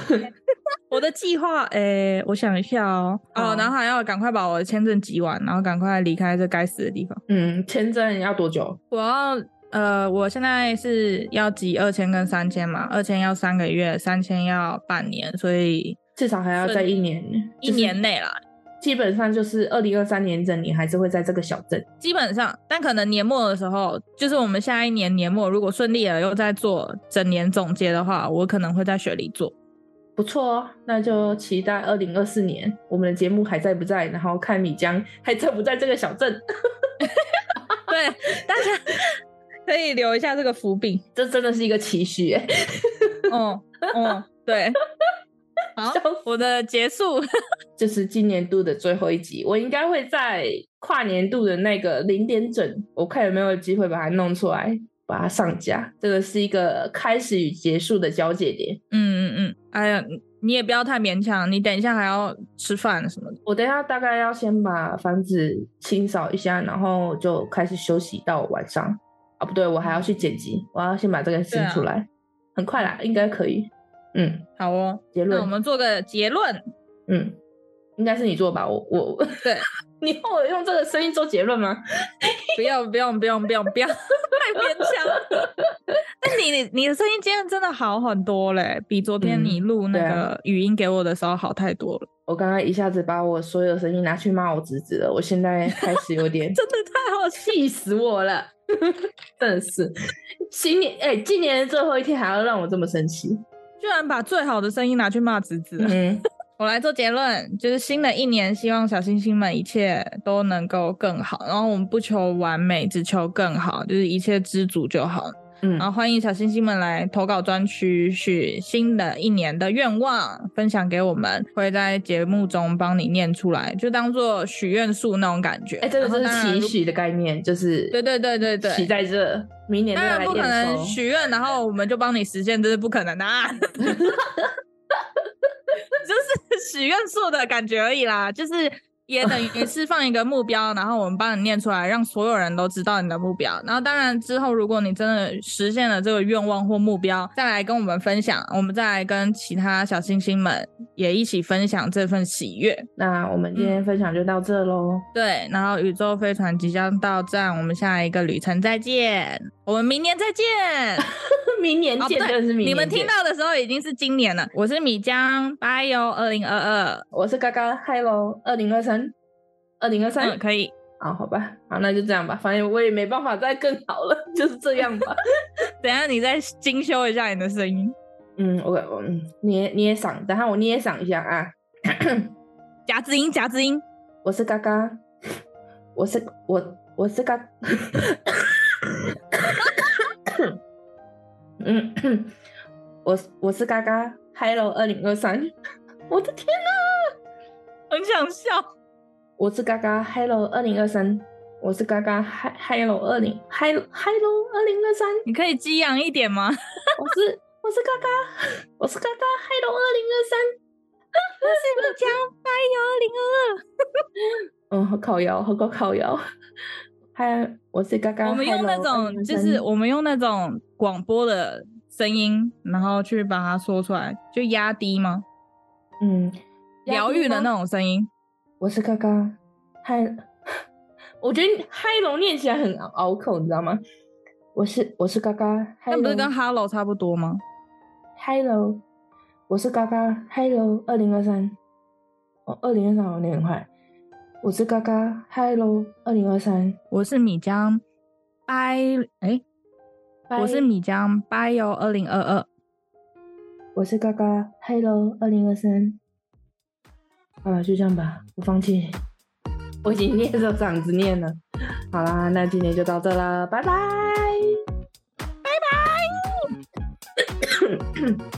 Speaker 3: 我的计划，诶、我想一下哦，哦
Speaker 2: 好，
Speaker 3: 然后还要赶快把我的签证集完，然后赶快离开这该死的地方。
Speaker 2: 嗯，签证要多久？
Speaker 3: 我要呃，我现在是要集二千跟三千嘛，二千要三个月，三千要半年，所以
Speaker 2: 至少还要在一年，
Speaker 3: 一年内啦，
Speaker 2: 基本上就是二零二三年整，你还是会在这个小镇。
Speaker 3: 基本上。但可能年末的时候，就是我们下一年年末，如果顺利了又在做整年总结的话，我可能会在雪梨做。
Speaker 2: 不错哦，那就期待二零二四年我们的节目还在不在，然后看米江还在不在这个小镇，
Speaker 3: 对，大家可以留一下这个伏笔。
Speaker 2: 这真的是一个期许耶。
Speaker 3: 嗯嗯，对。好
Speaker 2: 笑死，
Speaker 3: 我的结束。
Speaker 2: 就是今年度的最后一集，我应该会在跨年度的那个零点整，我看有没有机会把它弄出来，把它上架。这个是一个开始与结束的交界点。
Speaker 3: 嗯嗯嗯，哎呀，你也不要太勉强，你等一下还要吃饭什么的。
Speaker 2: 我等一下大概要先把房子清扫一下，然后就开始休息到晚上。啊，不对，我还要去剪辑，我要先把这个清
Speaker 3: 啊
Speaker 2: 出来，很快啦，应该可以。嗯，
Speaker 3: 好哦，
Speaker 2: 结
Speaker 3: 那
Speaker 2: 论
Speaker 3: 我，们做个结 论。
Speaker 2: 嗯，应该是你做吧，我我，
Speaker 3: 对，
Speaker 2: 你要我用这个声音做结论吗？
Speaker 3: 不要不要不要不要不要， 太勉强 了。但你你你的声音今天真的好很多嘞，比昨天
Speaker 2: 嗯
Speaker 3: 你录那
Speaker 2: 对啊
Speaker 3: 个语音给我的时候好太多了，
Speaker 2: 我刚刚一下子把我所有的声音拿去骂我侄子了，我现在开始有点
Speaker 3: 真的太好笑。
Speaker 2: 气死我了， 真的是。新年哎、今年的最后一天还要让我这么生气？
Speaker 3: 居然把最好的声音拿去骂侄子了。
Speaker 2: 嗯，
Speaker 3: 我来做结论，就是新的一年，希望小星星们一切都能够更好。然后我们不求完美，只求更好，就是一切知足就好。
Speaker 2: 嗯
Speaker 3: 然后欢迎小星星们来投稿专区，许新的一年的愿望，分享给我们，会在节目中帮你念出来，就当做许愿树那种感觉。
Speaker 2: 哎、这个
Speaker 3: 然后
Speaker 2: 就
Speaker 3: 当然
Speaker 2: 是期
Speaker 3: 如
Speaker 2: 许的概念，就是
Speaker 3: 对对对对对
Speaker 2: 期待这明年
Speaker 3: 当
Speaker 2: 再
Speaker 3: 然
Speaker 2: 来
Speaker 3: 不可
Speaker 2: 验
Speaker 3: 能
Speaker 2: 收。
Speaker 3: 许愿，然后我们就帮你实现，这是不可能的、啊。 就是许愿树的感觉而已啦，就是也等于是放一个目标，然后我们帮你念出来，让所有人都知道你的目标。然后当然之后，如果你真的实现了这个愿望或目标，再来跟我们分享，我们再来跟其他小星星们也一起分享这份喜悦。
Speaker 2: 那我们今天分享就到这喽，
Speaker 3: 对，然后宇宙飞船即将到站，我们下一个旅程再见，我们明年再见。
Speaker 2: 明年
Speaker 3: 哦不
Speaker 2: 见，
Speaker 3: 对
Speaker 2: 真的是明年
Speaker 3: 你们听
Speaker 2: 见
Speaker 3: 到的时候已经是今年了。我是米江，拜哟，二零二二，
Speaker 2: 我是嘎嘎，Hello，二零二三，二零二三
Speaker 3: 嗯，，可以，
Speaker 2: 啊，好吧，好，那就这样吧，反正我也没办法再更好了， 就是这样吧。
Speaker 3: 等一下你再精修一下你的声音，
Speaker 2: 嗯，我我嗯捏捏嗓，等下我捏嗓一下啊。
Speaker 3: 夹子音，夹子音，
Speaker 2: 我是嘎嘎，我是我我是嘎，嗯，我是我是嘎嘎，Hello 二零二三，我的天哪、
Speaker 3: 很想笑。
Speaker 2: 我是嘎嘎，Hello 二零二三，我是嘎嘎嗨，Hello 二零，Hello Hello 二零二三，
Speaker 3: 你可以激昂一点吗？
Speaker 2: 我是我是嘎嘎，我是嘎嘎，Hello 二零二 三。
Speaker 3: 我是 米江，拜哟，二零
Speaker 2: 嗯，好烤窑，好烤烤窑。嗨，我是嘎
Speaker 3: 二
Speaker 2: 嘎。
Speaker 3: 二。我们用那
Speaker 2: hello，
Speaker 3: 种，就是我们用那种广播的声音，然后去把它说出来，就压低吗？
Speaker 2: 嗯，
Speaker 3: 疗愈的那
Speaker 2: 种。
Speaker 3: 种声音。
Speaker 2: 我是嘎嘎。嗨，我觉得嗨龙念起来很拗拗口，你知道吗？我是我是嘎嘎。嗨
Speaker 3: 那不是
Speaker 2: 龙
Speaker 3: 跟 Hello 差不多吗？
Speaker 2: 嗨龙，我是嘎嘎，Hello，二零二三，哦，二零二三好像有点快。我是嘎嘎，Hello，二零二三，
Speaker 3: 我是米江，拜哎，我是米江，拜哟，二零二二。
Speaker 2: 我是嘎嘎，Hello，二零二三。好了，就这样吧，我放弃，我已经念着嗓子念了。好啦，那今天就到这啦，拜拜，拜拜。